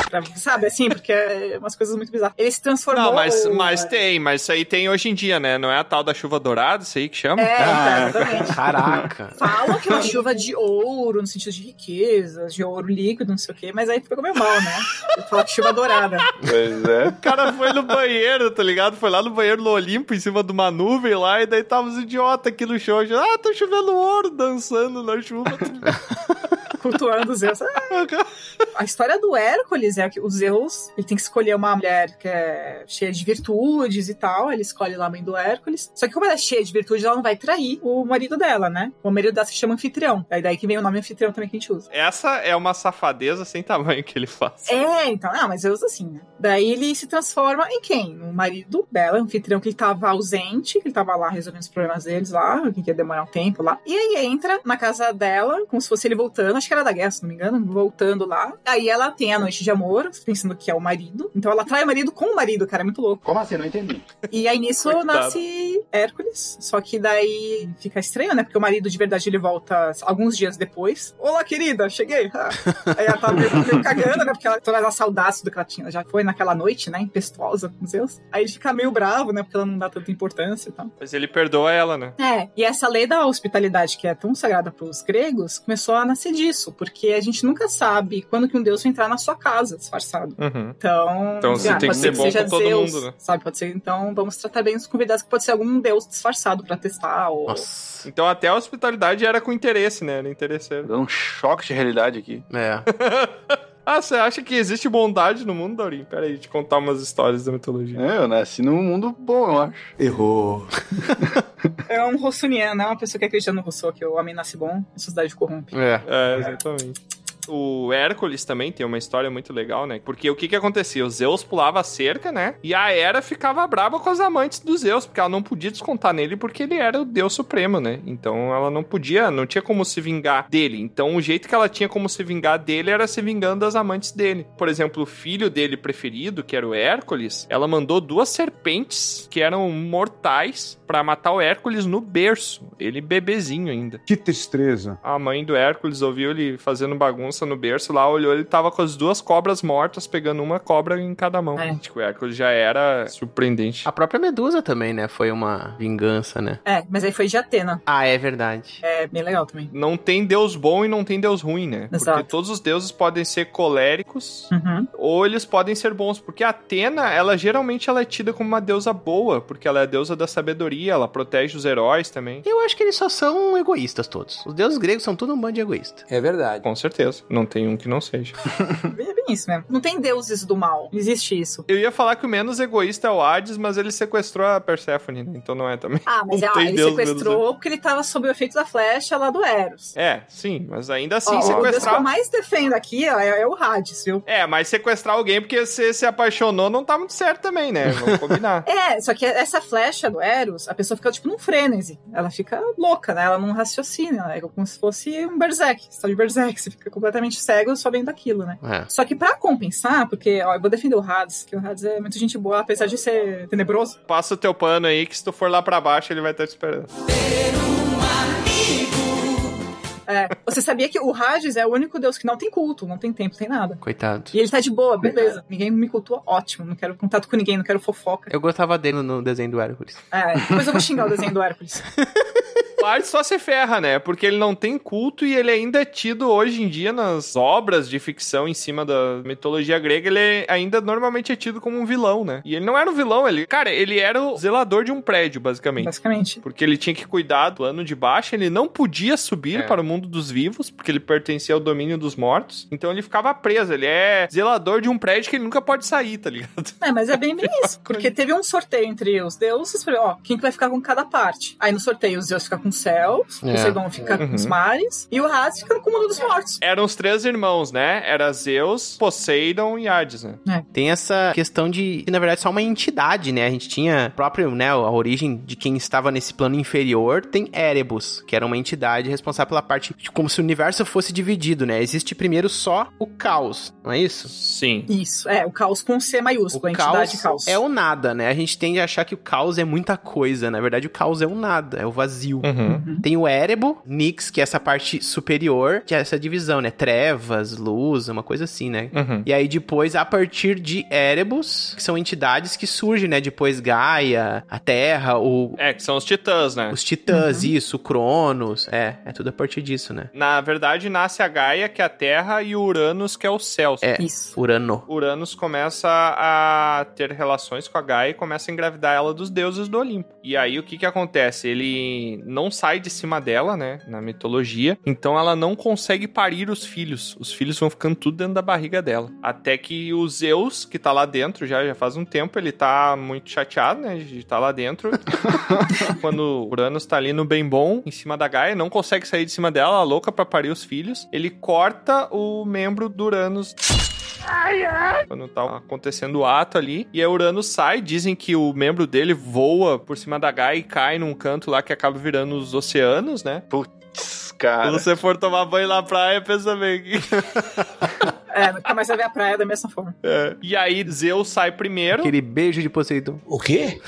Speaker 2: Pra- Sabe assim, porque é umas coisas muito bizarras. Ele se transformou.
Speaker 1: Não, mas, mas tem, mas isso aí tem hoje em dia, né? Não é a tal da chuva dourada, isso aí que chama?
Speaker 2: É,
Speaker 3: Ah,
Speaker 2: então, exatamente.
Speaker 4: Caraca.
Speaker 2: Fala que é uma chuva de ouro, no sentido de riqueza, de ouro líquido, não sei o quê, mas aí ficou meio mal, né? Ele Fala que chuva dourada.
Speaker 3: Pois é.
Speaker 1: O cara foi no banheiro, tá ligado? Foi lá no banheiro no Olimpo, em cima de uma nuvem lá, e daí tava os idiotas aqui no show. já, Ah, tá chovendo ouro, dançando na chuva.
Speaker 2: cultuando os Zeus. Ah. A história do Hércules é que o Zeus ele tem que escolher uma mulher que é cheia de virtudes e tal. Ele escolhe lá a mãe do Hércules. Só que como ela é cheia de virtudes, ela não vai trair o marido dela, né? O marido dela se chama anfitrião. Aí daí que vem o nome anfitrião também que a gente usa.
Speaker 1: Essa é uma safadeza sem tamanho que ele faz.
Speaker 2: É, então, ah, mas Zeus assim, né? Daí ele se transforma em quem? No marido dela, anfitrião que ele tava ausente, que ele tava lá resolvendo os problemas deles lá, que ia demorar um tempo lá. E aí entra na casa dela, como se fosse ele voltando, acho que era da guerra, se não me engano, voltando lá. Aí ela tem a noite de amor, pensando que é o marido. Então ela trai o marido com o marido, cara, é muito louco.
Speaker 9: Como assim? Não entendi.
Speaker 2: E aí nisso
Speaker 1: Coitado.
Speaker 2: nasce Hércules. Só que daí fica estranho, né? Porque o marido de verdade ele volta alguns dias depois. Olá, querida, cheguei. Ah. aí ela tá meio, meio cagando, né? Porque ela toda ela saudade do que ela tinha. Já foi naquela noite, né? Impestuosa com Zeus. Aí ele fica meio bravo, né? Porque ela não dá tanta importância e tal.
Speaker 1: Mas ele perdoa ela, né?
Speaker 2: É, e essa lei da hospitalidade, que é tão sagrada para os gregos, começou a nascer disso. Porque a gente nunca sabe quando que um deus vai entrar na sua casa disfarçado.
Speaker 1: Uhum.
Speaker 2: Então,
Speaker 1: Então, você tem
Speaker 2: pode
Speaker 1: que ser bom
Speaker 2: seja
Speaker 1: com todo
Speaker 2: Zeus,
Speaker 1: mundo, né?
Speaker 2: Sabe, pode ser. Então, vamos tratar bem os convidados, que pode ser algum deus disfarçado pra testar. Ou...
Speaker 4: Nossa.
Speaker 1: Então até a hospitalidade era com interesse, né? Era interesseiro.
Speaker 3: Dando um choque de realidade aqui.
Speaker 4: É.
Speaker 1: Ah, você acha que existe bondade no mundo, Daurinho? Pera aí, te contar umas histórias da mitologia.
Speaker 3: É, eu nasci num mundo bom, eu acho.
Speaker 5: Errou.
Speaker 2: É um é russoniano, é uma pessoa que acredita no Rousseau, que o homem nasce bom, a sociedade corrompe.
Speaker 4: É.
Speaker 1: É, exatamente. O Hércules também tem uma história muito legal, né? Porque o que que acontecia? O Zeus pulava a cerca, né? E a Hera ficava braba com as amantes do Zeus, porque ela não podia descontar nele porque ele era o deus supremo, né? Então ela não podia, não tinha como se vingar dele. Então o jeito que ela tinha como se vingar dele era se vingando das amantes dele. Por exemplo, o filho dele preferido, que era o Hércules, ela mandou duas serpentes que eram mortais pra matar o Hércules no berço, ele bebezinho ainda.
Speaker 10: Que tristeza.
Speaker 1: A mãe do Hércules ouviu ele fazendo bagunça no berço lá, olhou, ele tava com as duas cobras mortas, pegando uma cobra em cada mão.
Speaker 2: É.
Speaker 1: Tipo, o Hércules já era surpreendente.
Speaker 4: A própria Medusa também, né? Foi uma vingança, né?
Speaker 2: É, mas aí foi de Atena.
Speaker 4: Ah, é verdade.
Speaker 2: É bem legal também.
Speaker 1: Não tem deus bom e não tem deus ruim, né?
Speaker 2: Exato.
Speaker 1: Porque todos os deuses podem ser coléricos
Speaker 2: Uhum.
Speaker 1: ou eles podem ser bons. Porque a Atena, ela geralmente ela é tida como uma deusa boa, porque ela é a deusa da sabedoria, ela protege os heróis também.
Speaker 4: Eu acho que eles só são egoístas todos. Os deuses gregos são tudo um bando de egoísta.
Speaker 11: É verdade.
Speaker 1: Com certeza, não tem um que não seja.
Speaker 2: É bem isso mesmo. Não tem deuses do mal. Não existe isso.
Speaker 1: Eu ia falar que o menos egoísta é o Hades, mas ele sequestrou a Persephone, né? então não é também.
Speaker 2: Ah, mas
Speaker 1: Não
Speaker 2: ah,
Speaker 1: tem
Speaker 2: ele
Speaker 1: deus
Speaker 2: sequestrou porque ele tava sob o efeito da flecha lá do Eros.
Speaker 1: É, sim, mas ainda assim
Speaker 2: Ó, o Deus que eu
Speaker 1: sequestrar.
Speaker 2: mais defendo aqui ó, é, é o Hades, viu?
Speaker 1: É, mas sequestrar alguém porque você se apaixonou não tá muito certo também, né? Vamos combinar.
Speaker 2: É, só que essa flecha do Eros, a pessoa fica tipo num frenesi. Ela fica louca, né? Ela não raciocina. Ela é como se fosse um berserk. Você tá de berserk, você fica completamente cego só vendo aquilo, né?
Speaker 4: É.
Speaker 2: Só que pra compensar, porque ó, eu vou defender o Hades, que o Hades é muito gente boa, apesar de ser tenebroso.
Speaker 1: Passa o teu pano aí que se tu for lá pra baixo ele vai estar te esperando.
Speaker 2: É, você sabia que o Hades é o único deus que não tem culto, não tem tempo, não tem nada.
Speaker 4: Coitado.
Speaker 2: E ele tá de boa, beleza. Ninguém me cultua, ótimo. Não quero contato com ninguém, não quero fofoca.
Speaker 4: Eu gostava dele no desenho do Hércules.
Speaker 2: É, depois eu vou xingar o desenho do Hércules.
Speaker 1: O Hades só se ferra, né? Porque ele não tem culto e ele ainda é tido hoje em dia nas obras de ficção em cima da mitologia grega, ele é- ainda normalmente é tido como um vilão, né? E ele não era um vilão, ele, cara, ele era o zelador de um prédio, basicamente.
Speaker 2: Basicamente.
Speaker 1: Porque ele tinha que cuidar do ano de baixo, ele não podia subir
Speaker 4: É.
Speaker 1: para o mundo dos vivos, porque ele pertencia ao domínio dos mortos. Então ele ficava preso, ele é zelador de um prédio que ele nunca pode sair, tá ligado?
Speaker 2: É, mas é bem bem isso. Porque teve um sorteio entre os deuses, pra- ó, quem que vai ficar com cada parte. Aí no sorteio os deuses ficam com o céu, o
Speaker 4: É.
Speaker 2: Poseidon fica com os
Speaker 1: Uhum.
Speaker 2: mares, e o Hades fica com o mundo dos mortos.
Speaker 1: Eram os três irmãos, né? Era Zeus, Poseidon e Hades, né?
Speaker 4: Tem essa questão de, que, na verdade, só uma entidade, né? A gente tinha próprio, né, a origem de quem estava nesse plano inferior, tem Erebus, que era uma entidade responsável pela parte, de como se o universo fosse dividido, né? Existe primeiro só o caos, não é isso?
Speaker 1: Sim.
Speaker 2: Isso, é, o caos com C
Speaker 4: O
Speaker 2: maiúsculo, a entidade
Speaker 4: caos,
Speaker 2: caos. um caos.
Speaker 4: é o nada, né? A gente tende a achar que o caos é muita coisa. Na verdade, o caos é o nada, é o vazio.
Speaker 1: Uhum.
Speaker 4: Tem o Erebo, Nix, que é essa parte superior, que é essa divisão, né? Trevas, luz, uma coisa assim, né?
Speaker 1: Uhum.
Speaker 4: E aí depois, a partir de Erebus, que são entidades que surgem, né? Depois Gaia, a Terra, o,
Speaker 1: É, que são os titãs, né?
Speaker 4: os Titãs, isso, o Cronos. É, é tudo a partir disso, né?
Speaker 1: Na verdade, nasce a Gaia, que é a Terra, e o Uranus, que é o céu.
Speaker 4: É.
Speaker 2: Isso.
Speaker 4: Urano.
Speaker 1: Uranus começa a ter relações com a Gaia e começa a engravidar ela dos deuses do Olimpo. E aí o que que acontece? Ele não sai de cima dela, né, na mitologia, então ela não consegue parir os filhos. Os filhos vão ficando tudo dentro da barriga dela. Até que o Zeus, que tá lá dentro já, já faz um tempo, ele tá muito chateado, né, de estar lá dentro. Quando o Uranus tá ali no bem bom, em cima da Gaia, não consegue sair de cima dela, é louca pra parir os filhos, ele corta o membro do Uranus quando tá acontecendo o ato ali. E aí o Urano sai, dizem que o membro dele voa por cima da Gaia e cai num canto lá que acaba virando os oceanos, né?
Speaker 3: Tss,
Speaker 1: Quando
Speaker 3: Cara,
Speaker 1: você for tomar banho na praia, pensa bem que...
Speaker 2: É, nunca mais vai ver a praia da mesma forma.
Speaker 1: É. E aí Zeus sai primeiro.
Speaker 4: Aquele beijo de Poseidon.
Speaker 11: O quê?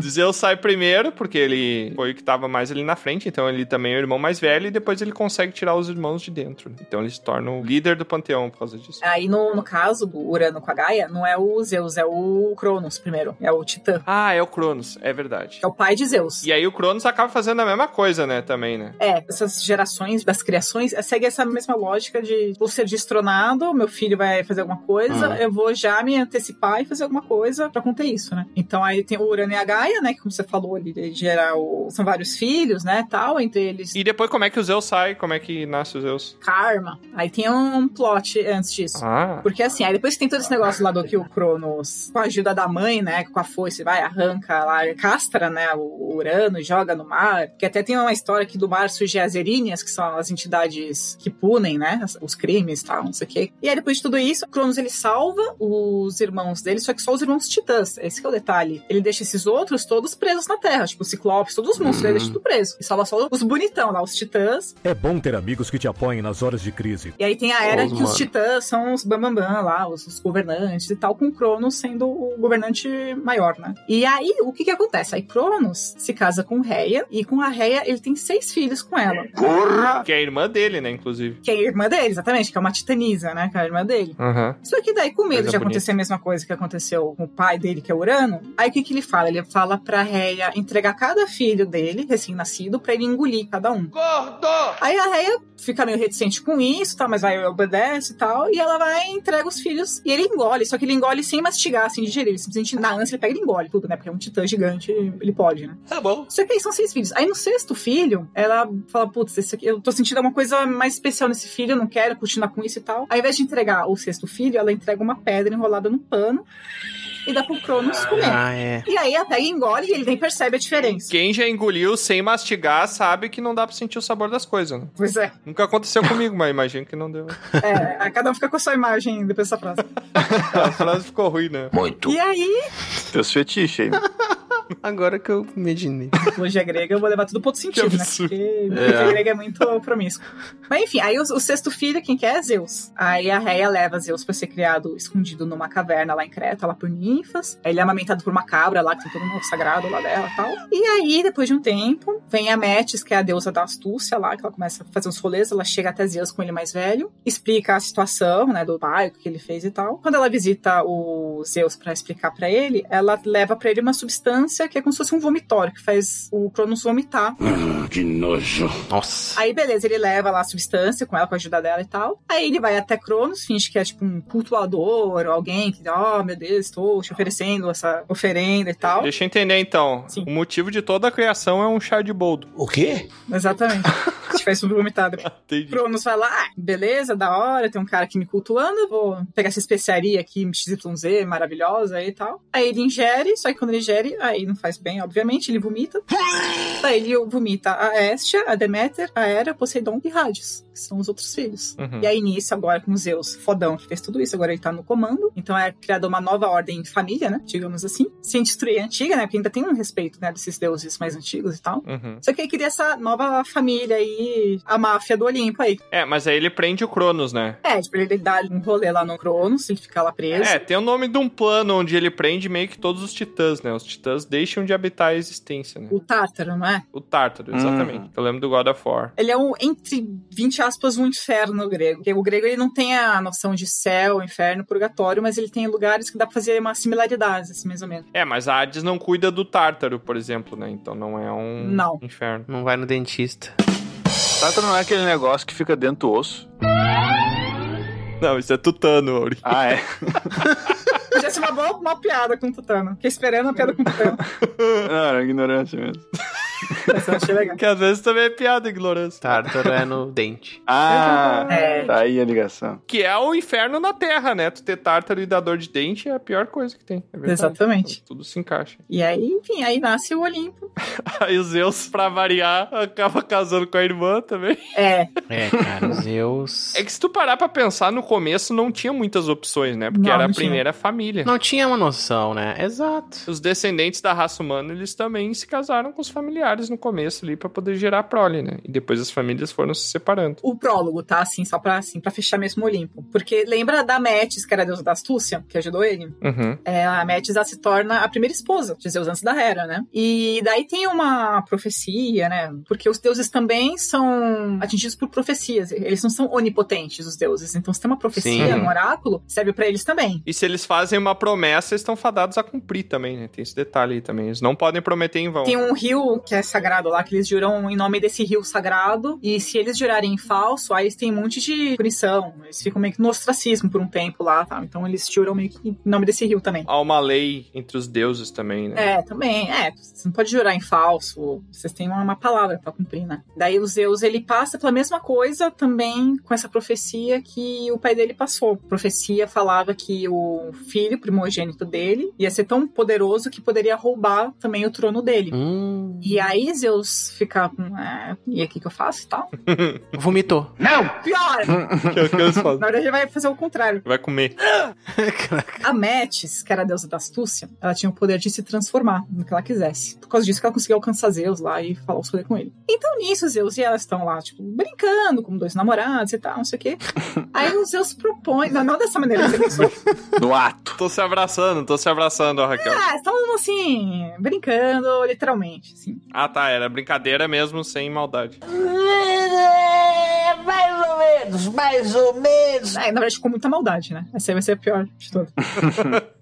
Speaker 1: Zeus sai primeiro, porque ele foi o que tava mais ali na frente, então ele também é o irmão mais velho, e depois ele consegue tirar os irmãos de dentro. Então ele se torna o líder do panteão por causa disso.
Speaker 2: Aí, no, no caso, o Urano com a Gaia, não é o Zeus, é o Cronos primeiro. É o Titã.
Speaker 1: Ah, é o Cronos, é verdade.
Speaker 2: É o pai de Zeus.
Speaker 1: E aí o Cronos acaba fazendo a mesma coisa, né, também, né?
Speaker 2: É, essas gerações das criações eh, segue essa mesma lógica de vou ser destronado, meu filho vai fazer alguma coisa,
Speaker 4: Uhum.
Speaker 2: eu vou já me antecipar e fazer alguma coisa pra conter isso, né? Então aí tem o Urano e a Gaia, né? Que como você falou ali, de gerar o... são vários filhos, né? Tal, entre eles
Speaker 1: E depois como é que o Zeus sai? Como é que nasce o Zeus?
Speaker 2: Karma. Aí tem um plot antes disso.
Speaker 1: Ah.
Speaker 2: Porque assim, aí depois tem todo esse negócio lá do que o Cronos, com a ajuda da mãe, né, com a foice, vai, arranca lá, castra, né, o Urano, joga no mar. Que até tem uma história aqui do mar surgem as Eríneas, que são as entidades que punem, né, as- os crimes e tal, não sei o quê. E aí depois de tudo isso, o Cronos ele salva os irmãos dele, só que só os irmãos titãs. Esse que é o detalhe. Ele deixa esses outros todos presos na terra, tipo o Ciclope, todos os monstros, ele deixa tudo preso. E salva só os bonitão lá, os titãs,
Speaker 10: É bom ter amigos que te apoiem nas horas de crise.
Speaker 2: e aí tem a era
Speaker 4: Os
Speaker 2: que
Speaker 4: mano.
Speaker 2: os titãs são os bambambam lá, os, os governantes e tal, com Cronos sendo o governante maior, né? E aí, o que que acontece? Aí Cronos se casa com Reia, e com a Reia ele tem seis filhos com ela,
Speaker 5: Porra!
Speaker 1: Que é a irmã dele, né, inclusive.
Speaker 2: que é a irmã dele, exatamente, que é uma titanisa, né? Que é a irmã dele.
Speaker 1: Aham.
Speaker 2: Só que daí, com medo
Speaker 1: Coisa
Speaker 2: de acontecer a mesma coisa que aconteceu com o pai dele, que é Urano, aí o que, que ele fala? Ele fala pra Reia entregar cada filho dele, recém-nascido, pra ele engolir cada um.
Speaker 5: Gordo!
Speaker 2: Aí a Reia fica meio reticente com isso, tá? Mas vai, obedece e tal. E ela vai e entrega os filhos. E ele engole. Só que ele engole sem mastigar, sem digerir. Ele Simplesmente na ânsia ele pega e engole tudo, né? Porque é um titã gigante, ele pode, né?
Speaker 1: Tá bom.
Speaker 2: Só que aí são seis filhos. Aí no sexto filho, ela fala: Putz, esse aqui, eu tô sentindo alguma coisa mais especial nesse filho, eu não quero continuar com isso e tal. Aí, ao invés de entregar o sexto filho, ela entrega uma pedra enrolada num pano e dá pro Cronos comer.
Speaker 4: Ah, é.
Speaker 2: E aí a pega e engole e ele nem percebe a diferença.
Speaker 1: Quem já engoliu sem mastigar sabe que não dá pra sentir o sabor das coisas, né?
Speaker 2: Pois é,
Speaker 1: Nunca aconteceu comigo, mas imagino que não deu.
Speaker 2: é, aí cada um fica com a sua imagem depois dessa frase.
Speaker 1: A frase ficou ruim, né?
Speaker 5: Muito.
Speaker 2: E aí,
Speaker 3: Teus fetiches aí.
Speaker 4: Agora que eu imaginei.
Speaker 2: mitologia é grega, eu vou levar tudo pro outro sentido,
Speaker 1: Que
Speaker 2: né?
Speaker 1: absurdo.
Speaker 2: Porque mitologia grega é muito promíscuo. Mas enfim, aí o, o sexto filho, quem quer é Zeus. Aí a Reia leva Zeus pra ser criado escondido numa caverna lá em Creta, lá por ninfas. Aí ele é amamentado por uma cabra lá, que tem todo um sagrado lá dela e tal. E aí, depois de um tempo, vem a Metis, que é a deusa da astúcia lá, que ela começa a fazer uns rolês, ela chega até Zeus com ele mais velho, explica a situação, né, do pai, o que ele fez e tal. Quando ela visita o Zeus pra explicar pra ele, ela leva pra ele uma substância que é como se fosse um vomitório, que faz o Cronos vomitar.
Speaker 5: que nojo.
Speaker 4: Nossa.
Speaker 2: Aí, beleza, ele leva lá a substância com ela, com a ajuda dela e tal. Aí ele vai até Cronos, finge que é tipo um cultuador ou alguém que, ó, meu Deus, estou te oferecendo essa oferenda e tal.
Speaker 1: Deixa eu entender então.
Speaker 2: Sim.
Speaker 1: O motivo de toda a criação é um chá de boldo.
Speaker 5: O quê?
Speaker 2: Exatamente. Te faz vomitar depois.
Speaker 1: Entendi.
Speaker 2: Cronos vai lá, ah, beleza, da hora, tem um cara aqui me cultuando, eu vou pegar essa especiaria aqui, um XYZ, maravilhosa e tal. Aí ele ingere, só que quando ele ingere, aí não faz bem, obviamente, ele vomita. Daí ele vomita a Estia, a Deméter, a Hera, Poseidon e Hades, que são os outros filhos.
Speaker 1: Uhum.
Speaker 2: E aí, nisso, agora com Zeus, fodão, que fez tudo isso, agora ele tá no comando. Então é criada uma nova ordem de família, né? Digamos assim. Sem destruir a antiga, né? Porque ainda tem um respeito, né? Desses deuses mais antigos e tal.
Speaker 1: Uhum.
Speaker 2: Só que aí cria essa nova família aí, a máfia do Olimpo aí.
Speaker 1: É, mas aí ele prende o Cronos, né?
Speaker 2: É, tipo, ele dá um rolê lá no Cronos, ele fica lá preso.
Speaker 1: É, tem o nome de um plano onde ele prende meio que todos os titãs, né? Os titãs deixam de habitar a existência, né?
Speaker 2: O Tártaro, não é?
Speaker 1: O Tártaro, exatamente. Eu lembro do God of War.
Speaker 2: Ele é um, entre 20 aspas, um inferno grego. Porque o grego ele não tem a noção de céu, inferno, purgatório, mas ele tem lugares que dá pra fazer uma similaridade, assim, mais ou menos.
Speaker 1: É, mas a Hades não cuida do Tártaro, por exemplo, né? Então não é um
Speaker 2: Não.
Speaker 1: inferno.
Speaker 4: Não vai no dentista.
Speaker 3: Tártaro não é aquele negócio que fica dentro do osso.
Speaker 1: Não, isso é tutano, Auri.
Speaker 3: Ah, é.
Speaker 2: Podia ser uma boa uma piada com o Tutano. Fiquei esperando a piada com o Tutano.
Speaker 3: Não, era ignorância mesmo.
Speaker 2: Mas eu achei legal.
Speaker 1: Que às vezes também é piada, ignorância.
Speaker 4: Tártaro é no dente.
Speaker 3: Ah,
Speaker 2: É.
Speaker 3: tá aí a ligação.
Speaker 1: Que é o inferno na Terra, né? Tu ter tártaro e dar dor de dente é a pior coisa que tem. É verdade.
Speaker 2: Exatamente.
Speaker 1: Tudo se encaixa.
Speaker 2: E aí, enfim, aí nasce o Olimpo.
Speaker 1: Aí o Zeus, pra variar, acaba casando com a irmã também.
Speaker 2: É,
Speaker 4: É, cara, Zeus.
Speaker 1: É que se tu parar pra pensar, no começo não tinha muitas opções, né? Porque
Speaker 2: Não,
Speaker 1: era
Speaker 2: não
Speaker 1: a primeira família.
Speaker 4: Não tinha uma noção, né? Exato.
Speaker 1: Os descendentes da raça humana, eles também se casaram com os familiares no começo ali pra poder gerar prole, né? E depois as famílias foram se separando.
Speaker 2: o prólogo, tá? Assim, só pra, assim, pra fechar mesmo o Olimpo. Porque lembra da Metis, que era a deusa da astúcia, que ajudou ele?
Speaker 1: Uhum.
Speaker 2: É, a Metis ela se torna a primeira esposa de Zeus antes da Hera, né? E daí tem uma profecia, né? Porque os deuses também são atingidos por profecias. Eles não são onipotentes, os deuses. Então, se tem uma profecia,
Speaker 4: Sim.
Speaker 2: um oráculo, serve pra eles também.
Speaker 1: E se eles fazem uma promessa, eles estão fadados a cumprir também, né? Tem esse detalhe aí também. Eles não podem prometer em vão.
Speaker 2: Tem um rio que é sagrado lá, que eles juram em nome desse rio sagrado. E se eles jurarem em falso, aí eles têm um monte de punição. Eles ficam meio que no ostracismo por um tempo lá, tá? Então eles juram meio que em nome desse rio também.
Speaker 1: Há uma lei entre os deuses também, né?
Speaker 2: É, também, é. Você não pode jurar em falso. Vocês têm uma, uma palavra pra cumprir, né? Daí o Zeus, ele passa pela mesma coisa também com essa profecia que o pai dele passou. A profecia falava que o filho primogênito dele ia ser tão poderoso que poderia roubar também o trono dele.
Speaker 4: Hum,
Speaker 2: E aí Zeus fica com, é, e aqui que eu faço e tal?
Speaker 4: vomitou.
Speaker 7: Não!
Speaker 2: Pior!
Speaker 1: Que é o que eles fazem.
Speaker 2: Na verdade, ele vai fazer o contrário.
Speaker 1: Vai comer.
Speaker 2: A Metis, que era a deusa da astúcia, ela tinha o poder de se transformar no que ela quisesse. Por causa disso que ela conseguia alcançar Zeus lá e falar os rolê com ele. Então nisso, Zeus e elas estão lá, tipo, brincando como dois namorados e tal, não sei o quê. Aí o Zeus propõe. Não, não dessa maneira que você pensou.
Speaker 3: No ato.
Speaker 1: Tô se abraçando, tô se abraçando, ó, Raquel.
Speaker 2: Ah, estão assim, brincando, literalmente, assim.
Speaker 1: Ah, tá. Era brincadeira mesmo, sem maldade.
Speaker 7: Mais ou menos, mais ou menos.
Speaker 2: É, na verdade, com muita maldade, né? Essa aí vai ser a pior de todas.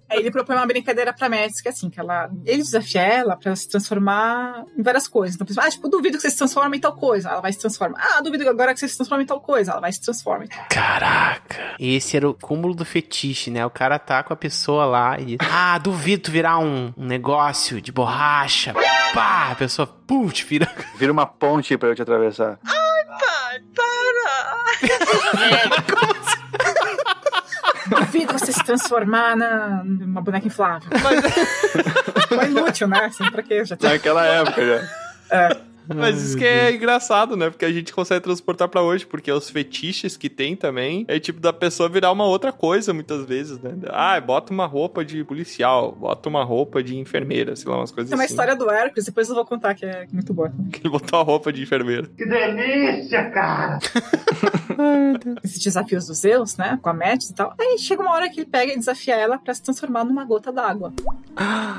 Speaker 2: Aí ele propõe uma brincadeira pra Métis, que é assim, que ela. Ele desafia ela pra se transformar em várias coisas. Então, por exemplo, ah, tipo, duvido que você se transforme em tal coisa. Ela vai se transformar. Ah, duvido agora que você se transforme em tal coisa. Ela vai se transforma.
Speaker 4: Caraca. Esse era o cúmulo do fetiche, né? O cara tá com a pessoa lá e. Ah, duvido tu virar um, um negócio de borracha. Pá! A pessoa, putz, vira.
Speaker 3: Vira uma ponte pra eu te atravessar.
Speaker 2: Duvido você se transformar na, numa boneca inflável. Mas inútil, né? Assim, pra quê? Já tem-
Speaker 3: Naquela época já.
Speaker 1: Mas isso que é engraçado, né? Porque a gente consegue transportar pra hoje, porque os fetiches que tem também é tipo da pessoa virar uma outra coisa muitas vezes, né? Ah, bota uma roupa de policial, bota uma roupa de enfermeira, sei lá, umas coisas
Speaker 2: Tem É uma
Speaker 1: assim.
Speaker 2: história do Hércules, depois eu vou contar, que é muito boa. também.
Speaker 1: Que ele botou a roupa de enfermeira.
Speaker 7: Que delícia, cara!
Speaker 2: Esses desafios dos Zeus, né? Com a Métis e tal. Aí chega uma hora que ele pega e desafia ela pra se transformar numa gota d'água.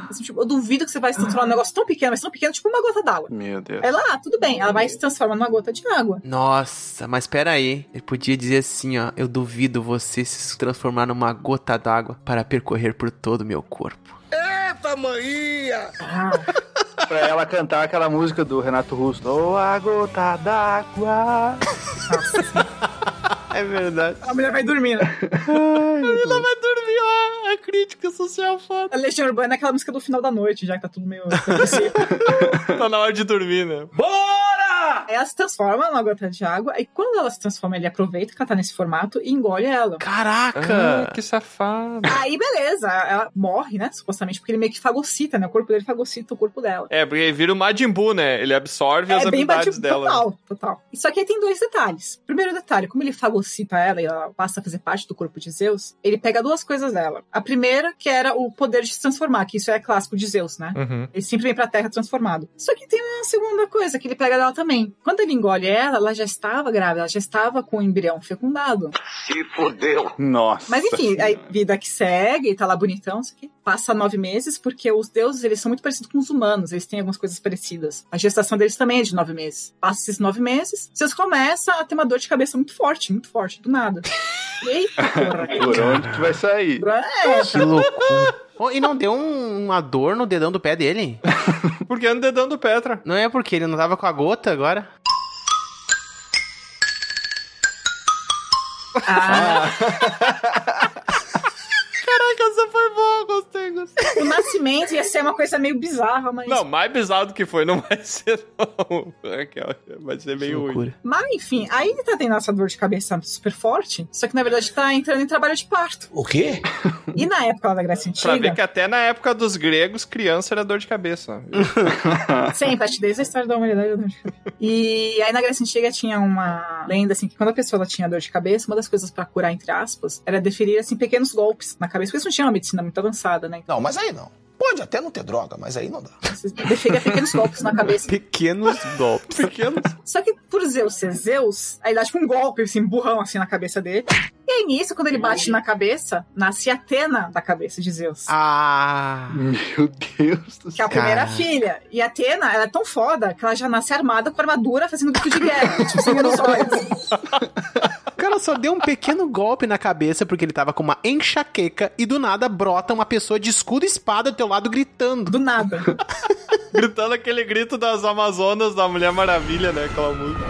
Speaker 2: Assim, tipo, eu duvido que você vai se transformar num negócio tão pequeno, mas tão pequeno, tipo uma gota d'água.
Speaker 3: Meu Deus.
Speaker 2: Ela, ah, tudo bem, ela vai se transformar numa gota de água.
Speaker 4: Nossa, mas peraí. Ele podia dizer assim, ó. Eu duvido você se transformar numa gota d'água para percorrer por todo o meu corpo.
Speaker 2: Ah,
Speaker 3: É Pra ela cantar aquela música do Renato Russo. Ô, a gota d'água.
Speaker 4: É verdade.
Speaker 2: a mulher vai dormir, né?
Speaker 1: Ela vai dormir lá, a crítica social foda.
Speaker 2: A Legião Urbana é aquela música do final da noite, já que tá tudo meio. depressivo.
Speaker 1: Tá na hora de dormir, né?
Speaker 2: Aí ela se transforma numa gota de água, e quando ela se transforma, ele aproveita que ela tá nesse formato e engole ela.
Speaker 4: Caraca!
Speaker 1: Ah, que safado.
Speaker 2: Aí, beleza, ela morre, né? Supostamente, porque ele meio que fagocita, né? O corpo dele fagocita o corpo dela.
Speaker 1: É, porque ele vira o Majin Buu, né? Ele absorve as
Speaker 2: É bem
Speaker 1: habilidades
Speaker 2: batido,
Speaker 1: dela. né?
Speaker 2: total, total. Só que aí tem dois detalhes. Primeiro detalhe, como ele fagocita ela e ela passa a fazer parte do corpo de Zeus, ele pega duas coisas dela. A primeira, que era o poder de se transformar, que isso é clássico de Zeus, né?
Speaker 1: Uhum.
Speaker 2: Ele sempre vem pra Terra transformado. Só que tem uma segunda coisa que ele pega dela também. Quando ele engole ela, ela já estava grávida, ela já estava com o embrião fecundado.
Speaker 5: Se fudeu.
Speaker 3: Nossa.
Speaker 2: Mas enfim, aí vida que segue, tá lá bonitão, isso aqui. Passa nove meses, porque os deuses, eles são muito parecidos com os humanos, eles têm algumas coisas parecidas. A gestação deles também é de nove meses. Passa esses nove meses, vocês começam a ter uma dor de cabeça muito forte, muito forte, do nada. Eita, porra.
Speaker 3: Por onde que vai sair?
Speaker 2: É,
Speaker 4: Ah, Que loucura. Oh, e não deu um, uma dor no dedão do pé dele?
Speaker 1: Porque é no dedão do Petra.
Speaker 4: Não é porque ele não tava com a gota agora?
Speaker 2: ah,
Speaker 1: Caraca, essa foi boa, gostei, gostei.
Speaker 2: o nascimento ia ser uma coisa meio bizarra, mas.
Speaker 1: Não, mais bizarro do que foi, não vai ser, não. Raquel, vai ser
Speaker 4: Que
Speaker 1: meio ruim.
Speaker 4: loucura.
Speaker 2: Mas enfim, aí ele tá tendo essa dor de cabeça super forte, só que na verdade tá entrando em trabalho de parto.
Speaker 7: O quê?
Speaker 2: E na época lá da Grécia
Speaker 1: Pra ver
Speaker 2: Antiga,
Speaker 1: que até na época dos gregos, criança era dor de cabeça.
Speaker 2: Sempre, acho que desde é a história da humanidade eu dor de cabeça. E aí na Grécia Antiga tinha uma lenda, assim, que quando a pessoa ela tinha dor de cabeça, uma das coisas pra curar, entre aspas, era deferir, assim, pequenos golpes na cabeça, porque eles não tinham uma medicina muito avançada, né?
Speaker 7: Não, mas aí não. Pode até não ter droga, mas aí não dá.
Speaker 2: Então, você deferia pequenos golpes na cabeça.
Speaker 4: Pequenos golpes.
Speaker 1: Pequenos.
Speaker 2: Só que por Zeus ser Zeus, aí dá tipo um golpe, assim, burrão, assim, um na cabeça dele. E aí, nisso, quando ele bate na cabeça, nasce Atena da cabeça de Zeus.
Speaker 4: Ah!
Speaker 3: Meu Deus do
Speaker 2: Que é a primeira
Speaker 4: Caraca.
Speaker 2: filha. E a Atena, ela é tão foda que ela já nasce armada com armadura fazendo grito de guerra. tipo, sangue nos olhos.
Speaker 4: O cara só deu um pequeno golpe na cabeça porque ele tava com uma enxaqueca e do nada brota uma pessoa de escudo e espada do teu lado gritando.
Speaker 2: Do nada.
Speaker 1: Gritando aquele grito das Amazonas da Mulher Maravilha, né? Aquela música.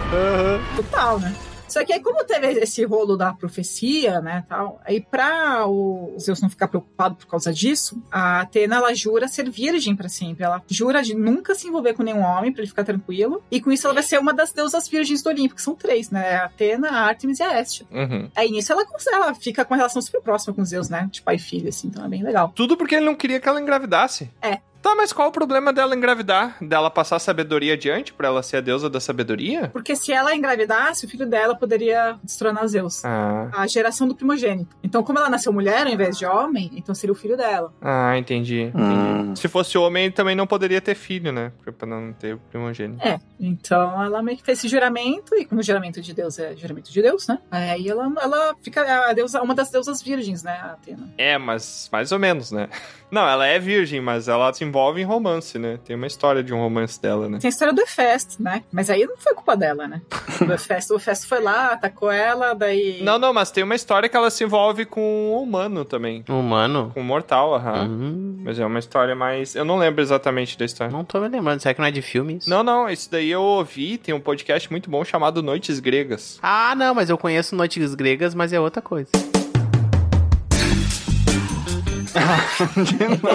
Speaker 2: Total, né? Só que aí, como teve esse rolo da profecia, né, tal, aí pra o Zeus não ficar preocupado por causa disso, a Atena, ela jura ser virgem pra sempre. Ela jura de nunca se envolver com nenhum homem, pra ele ficar tranquilo. E com isso ela vai ser uma das deusas virgens do Olimpo, que são três, né? A Atena, a Artemis e a Hestia.
Speaker 1: Uhum.
Speaker 2: Aí nisso ela, cons- ela fica com uma relação super próxima com Zeus, né? De pai e filho, assim, então é bem legal.
Speaker 1: Tudo porque ele não queria que ela engravidasse.
Speaker 2: É.
Speaker 1: Tá, mas qual o problema dela engravidar? Dela passar a sabedoria adiante pra ela ser a deusa da sabedoria?
Speaker 2: Porque se ela engravidasse, o filho dela poderia destronar Zeus.
Speaker 1: Ah,
Speaker 2: A geração do primogênito. Então, como ela nasceu mulher ao invés de homem, então seria o filho dela.
Speaker 1: ah entendi.
Speaker 3: Hum.
Speaker 1: Se fosse homem, ele também não poderia ter filho, né? Porque Pra não ter primogênito.
Speaker 2: É, então ela meio que fez esse juramento, e como o juramento de Deus é juramento de Deus, né? Aí ela, ela fica a deusa, uma das deusas virgens, né, a Atena.
Speaker 1: É, mas mais ou menos, né? Não, ela é virgem, mas ela se envolve em romance, né? Tem uma história de um romance dela, né?
Speaker 2: Tem a história do Hefesto, né? Mas aí não foi culpa dela, né? Do Hefesto. O Hefesto foi lá, atacou ela, daí...
Speaker 1: Não, não, mas tem uma história que ela se envolve com um humano também.
Speaker 4: Humano?
Speaker 1: Com um mortal, aham.
Speaker 4: Hum,
Speaker 1: Mas é uma história mais. Eu não lembro exatamente da história.
Speaker 4: não tô me lembrando. Será que não é de filmes?
Speaker 1: Não, não, isso daí eu ouvi. Tem um podcast muito bom chamado Noites Gregas.
Speaker 4: Ah, não, mas eu conheço noites gregas, mas é outra coisa.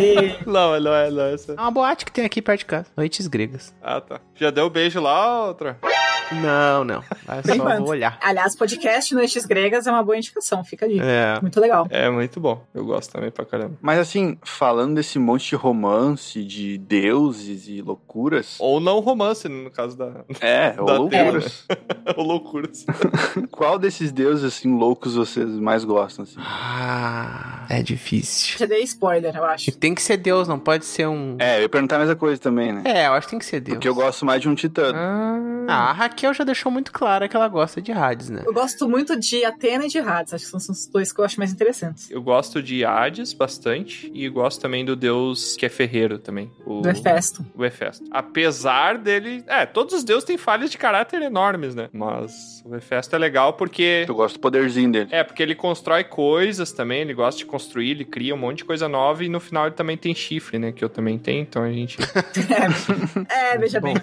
Speaker 2: E-
Speaker 1: Não, não é, não é essa.
Speaker 4: É uma boate que tem aqui perto de casa. Noites gregas.
Speaker 1: Ah, tá. Já deu beijo lá, outra?
Speaker 4: Não, não. Eu
Speaker 2: Por
Speaker 4: só
Speaker 2: enquanto.
Speaker 4: vou olhar.
Speaker 2: Aliás, podcast Noites Gregas é uma boa indicação, fica ali.
Speaker 4: É.
Speaker 2: Muito legal.
Speaker 1: É muito bom. Eu gosto também pra caramba.
Speaker 3: Mas assim, falando desse monte de romance, de deuses e loucuras.
Speaker 1: Ou não romance, no caso da. assim.
Speaker 3: É, ou
Speaker 1: Da
Speaker 3: loucuras.
Speaker 1: ou loucuras.
Speaker 3: Qual desses deuses, assim, loucos vocês mais gostam, assim?
Speaker 4: Ah, é difícil.
Speaker 2: Já dei spoiler, eu acho.
Speaker 4: Tem que ser Deus, não pode ser um.
Speaker 3: É, eu ia perguntar a mesma coisa também, né?
Speaker 4: É, eu acho que tem que ser Deus.
Speaker 3: Porque eu gosto mais de um titã.
Speaker 4: Ah, a Raquel já deixou muito clara que ela gosta de Hades, né?
Speaker 2: Eu gosto muito de Atena e de Hades, acho que são, são os dois que eu acho mais interessantes.
Speaker 1: Eu gosto de Hades bastante. E gosto também do deus que é ferreiro também. O...
Speaker 2: Do Hefesto.
Speaker 1: O Hefesto. Apesar dele. É, todos os deuses têm falhas de caráter enormes, né? Mas o Hefesto é legal porque.
Speaker 3: Eu gosto do poderzinho dele.
Speaker 1: É, porque ele constrói coisas também, ele gosta de construir, ele cria um monte de coisa nova e no final ele também tem chifre, né? Que eu também tenho, então a gente.
Speaker 2: É, veja
Speaker 4: Bom.
Speaker 2: bem.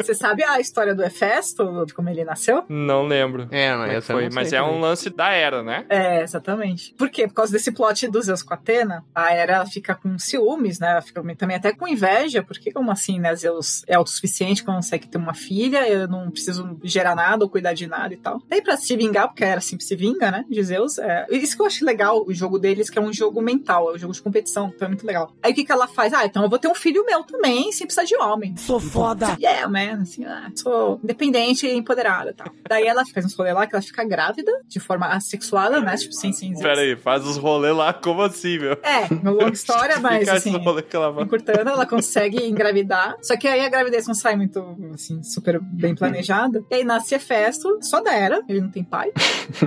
Speaker 2: Você sabe a história do Hefesto, de como ele nasceu?
Speaker 1: Não lembro.
Speaker 4: É, não,
Speaker 1: como é
Speaker 4: eu
Speaker 1: que
Speaker 4: também
Speaker 1: foi,
Speaker 4: não
Speaker 1: mas
Speaker 4: sei
Speaker 1: é
Speaker 4: também.
Speaker 1: um lance da era, né?
Speaker 2: É, exatamente. Por quê? Por causa desse plot do Zeus com a Atena, a Hera ela fica com ciúmes, né? Ela fica também até com inveja, porque como assim, né? Zeus é autossuficiente, consegue ter uma filha, eu não preciso gerar nada ou cuidar de nada e tal. Daí pra se vingar, porque a Hera sempre se vinga, né? De Zeus. é- Isso que eu acho legal, o jogo deles, que é um jogo mental, é um jogo de competição, então é muito legal. Aí o que, que ela faz? Ah, então eu vou ter um filho meu também, sem precisar de homem.
Speaker 7: Sou foda.
Speaker 2: Yeah, man, assim, ah, sou independente e empoderada e tal. Daí ela faz uns rolê lá que ela fica grávida, de forma assexuada, né? Tipo, sem sem.
Speaker 1: Pera aí, faz os rolês lá, como assim, meu?
Speaker 2: É, uma longa história, mas
Speaker 1: Ficar
Speaker 2: assim.
Speaker 1: esse rolê que ela vai.
Speaker 2: Encurtando, ela consegue engravidar. Só que aí a gravidez não sai muito, assim, super bem planejada. E aí nasce Hefesto, só da Era, ele não tem pai.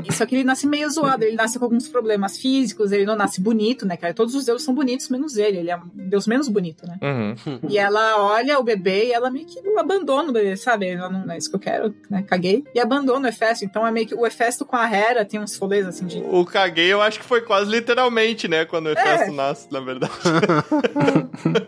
Speaker 2: E só que ele nasce meio zoado, ele nasce com alguns problemas físicos, ele não nasce bonito, né, cara? Todos os deuses são bonitos, menos ele. Ele é um deus menos bonito, né?
Speaker 1: Uhum.
Speaker 2: E ela olha o bebê e ela meio que abandona o bebê, sabe? Ela não, não é isso que eu quero, né? Caguei. E abandona o Hefesto. Então é meio que o Hefesto com a Hera tem uns rolês assim de.
Speaker 1: O caguei, eu acho que foi quase literalmente, né?
Speaker 2: É.
Speaker 1: Quando o Hefesto nasce, na verdade.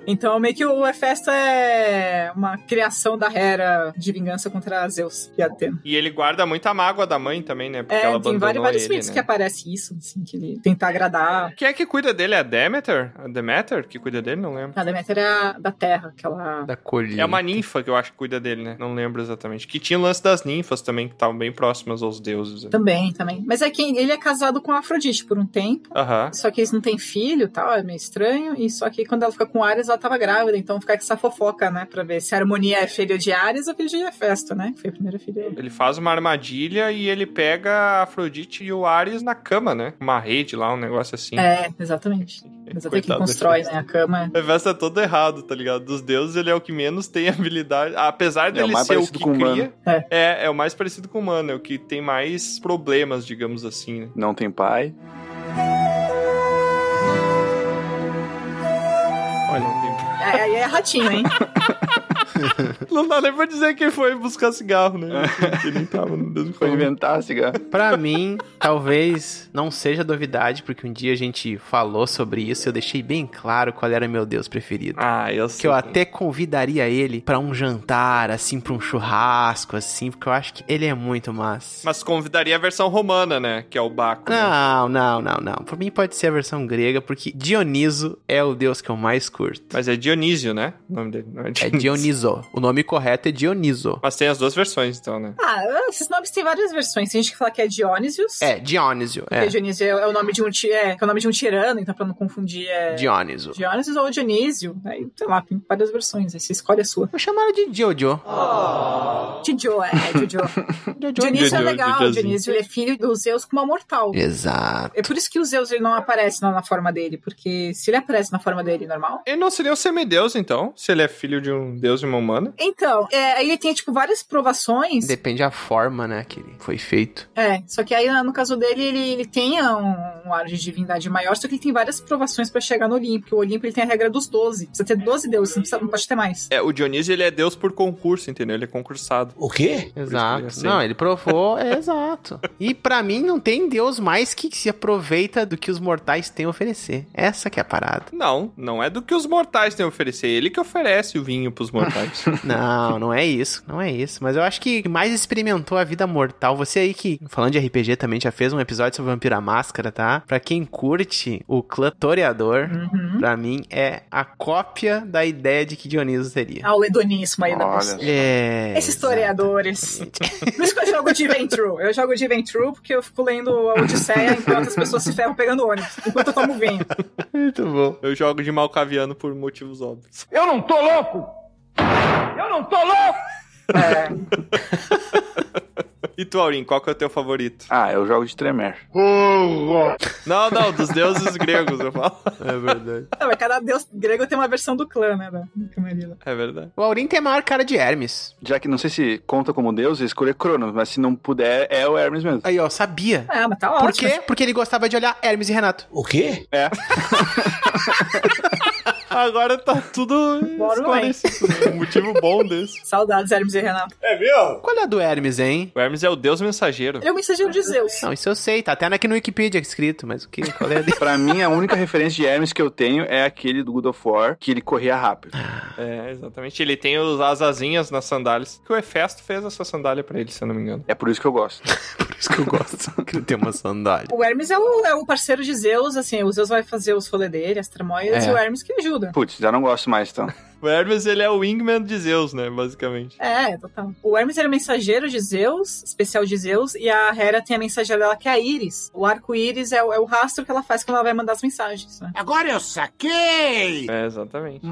Speaker 2: Então meio que o Hefesto é uma criação da Hera de vingança contra Zeus e Atena.
Speaker 1: E ele guarda muita mágoa da mãe também, né? Porque ela
Speaker 2: É, tem
Speaker 1: abandonou
Speaker 2: vários, vários
Speaker 1: ele,
Speaker 2: mitos
Speaker 1: né?
Speaker 2: que aparece isso, assim, que ele tenta agradar.
Speaker 1: Quem é que cuida dele? É a Demeter? A Demeter que cuida dele? Não lembro.
Speaker 2: A Demeter é a da Terra, que ela.
Speaker 4: Da colina.
Speaker 1: É uma ninfa que eu acho que cuida dele, né? Não lembro exatamente. Que tinha o lance das ninfas também, que estavam bem próximas aos deuses. né?
Speaker 2: Também, também. Mas é que ele é casado com a Afrodite por um tempo.
Speaker 1: Aham.
Speaker 2: Só que eles não têm filho e tal, é meio estranho. E só que quando ela fica com Ares, ela tava grávida, então fica com essa fofoca, né? Pra ver se a harmonia é filho de Ares ou filho de Hefesto, né? Que foi a primeira filha.
Speaker 1: Ele faz uma armadilha e ele pega a Afrodite e o Ares na cama, né? Uma rede lá, um negócio assim.
Speaker 2: É, exatamente. Mas até que constrói, né? A cama.
Speaker 1: O reverso é todo errado, tá ligado? Dos deuses, ele é o que menos tem habilidade. Apesar dele
Speaker 3: É o mais
Speaker 1: ser o
Speaker 3: parecido
Speaker 1: que
Speaker 3: com o humano.
Speaker 1: cria, é. É, o mais parecido com o humano, é o que tem mais problemas, digamos assim, né?
Speaker 3: Não tem pai.
Speaker 1: Olha, não tem
Speaker 2: Aí aí é ratinho, hein?
Speaker 1: Não dá nem pra dizer quem foi buscar cigarro, né? Que nem tava, meu Deus me
Speaker 3: Foi
Speaker 1: falou.
Speaker 3: inventar cigarro.
Speaker 4: Pra mim, talvez não seja novidade, porque um dia a gente falou sobre isso e eu deixei bem claro qual era meu Deus preferido.
Speaker 1: Ah, eu sei.
Speaker 4: Que eu até convidaria ele pra um jantar, assim, pra um churrasco, assim, porque eu acho que ele é muito massa.
Speaker 1: Mas convidaria a versão romana, né? Que é o Baco.
Speaker 3: Ah.
Speaker 1: né?
Speaker 4: Não, não, não, não. Por mim pode ser a versão grega, porque Dioniso é o deus que eu mais curto.
Speaker 1: Mas é Dionísio, né? O nome dele. Não é,
Speaker 4: É
Speaker 1: Dionísio.
Speaker 4: Dioniso. O nome correto é Dioniso.
Speaker 1: Mas tem as duas versões, então, né?
Speaker 2: Ah, esses nomes têm várias versões. Tem gente que fala que é Dionísios.
Speaker 4: É, Dionísio.
Speaker 2: Porque
Speaker 4: É,
Speaker 2: Dionísio é, é o nome de um ti- é, que é o nome de um tirano, então pra não confundir é
Speaker 4: Dioniso.
Speaker 2: Dionísios ou Dionísio. Aí, sei lá, tem várias versões. Aí você escolhe a sua.
Speaker 4: Eu chamaram de Jojo.
Speaker 2: Didio, é, é Didio. Dionísio é
Speaker 1: Didio,
Speaker 2: legal.
Speaker 1: Didiozinho.
Speaker 2: Dionísio ele é filho do Zeus com uma mortal.
Speaker 4: Exato.
Speaker 2: É por isso que o Zeus ele não aparece na, na forma dele, porque se ele aparece na forma dele normal.
Speaker 1: Ele não seria um semideus, então? Se ele é filho de um deus e uma humana?
Speaker 2: Então, é, aí ele tem, tipo, várias provações.
Speaker 4: Depende da forma, né, que ele foi feito.
Speaker 2: É, só que aí no caso dele, ele, ele tem um, um ar de divindade maior, só que ele tem várias provações pra chegar no Olimpo. porque O Olimpo ele tem a regra dos 12. Precisa ter 12 deuses, não, precisa, não pode ter mais.
Speaker 1: É, o Dionísio, ele é deus por concurso, entendeu? Ele é concursado.
Speaker 7: O quê?
Speaker 1: Por isso
Speaker 4: Exato.
Speaker 1: que ele
Speaker 4: Não, ele provou, é exato. E pra mim não tem Deus mais que se aproveita do que os mortais têm a oferecer. Essa que é a parada.
Speaker 1: Não, não é do que os mortais têm a oferecer. Ele que oferece o vinho pros mortais.
Speaker 4: Não, não é isso, não é isso. Mas eu acho que mais experimentou a vida mortal. Você aí que, falando de RPG, também já fez um episódio sobre Vampira Máscara, tá? Pra quem curte o clã Toreador,
Speaker 2: Uhum.
Speaker 4: pra mim é a cópia da ideia de que Dioniso teria.
Speaker 2: Ah, o hedonismo aí da
Speaker 3: Olha
Speaker 2: pessoa.
Speaker 3: só.
Speaker 4: É.
Speaker 2: Esses toreadores. Por isso que eu jogo Divan True. Eu jogo Divan True porque eu fico lendo a Odisseia enquanto as pessoas se ferram pegando ônibus, enquanto eu tomo vinho.
Speaker 4: Muito bom.
Speaker 1: Eu jogo de malcaviano por motivos óbvios.
Speaker 5: Eu não tô louco! Eu não tô louco!
Speaker 2: É.
Speaker 1: E tu, Aurim, qual que é o teu favorito?
Speaker 3: Ah, eu jogo de tremer.
Speaker 1: Não, não, dos deuses gregos, eu falo.
Speaker 4: É verdade.
Speaker 2: Não, mas cada deus grego tem uma versão do clã, né? Da Camarilla.
Speaker 1: É verdade.
Speaker 4: O Aurim tem a maior cara de Hermes.
Speaker 3: Já que não sei se conta como deus, eu escolhi Cronos, mas se não puder, é o Hermes mesmo.
Speaker 4: Aí, ó, sabia.
Speaker 2: Ah, mas tá
Speaker 4: Por
Speaker 2: ótimo.
Speaker 4: quê? Porque ele gostava de olhar Hermes e Renato.
Speaker 7: O quê?
Speaker 1: Agora tá tudo
Speaker 2: Bora, mãe.
Speaker 1: esclarecido. né? Um motivo bom desse.
Speaker 2: Saudades, Hermes e Renato.
Speaker 4: Qual é a do Hermes, hein?
Speaker 1: O Hermes é o deus mensageiro.
Speaker 2: Ele é o mensageiro de Zeus.
Speaker 4: Não, isso eu sei, tá até aqui no Wikipedia escrito, mas o que? Qual é a dele?
Speaker 3: Pra mim, a única referência de Hermes que eu tenho é aquele do God of War, que ele corria rápido.
Speaker 1: É, exatamente. Ele tem os- as asinhas nas sandálias. Que o Hefesto fez essa sandália pra ele, se eu não me engano.
Speaker 3: É por isso que eu gosto.
Speaker 4: Por isso que eu gosto, que ele tem uma sandália.
Speaker 2: O Hermes é o, é o parceiro de Zeus, assim, o Zeus vai fazer os rolê dele, as tramóias,
Speaker 4: É.
Speaker 2: e o Hermes que ajuda.
Speaker 3: Putz, já não gosto mais, então.
Speaker 1: O Hermes, ele é o wingman de Zeus, né, basicamente.
Speaker 2: É, total. O Hermes era o mensageiro de Zeus, especial de Zeus, e a Hera tem a mensageira dela, que é a Íris. O arco-íris é, o- é o rastro que ela faz quando ela vai mandar as mensagens,
Speaker 4: É.
Speaker 2: né?
Speaker 5: Agora eu saquei!
Speaker 1: É, exatamente.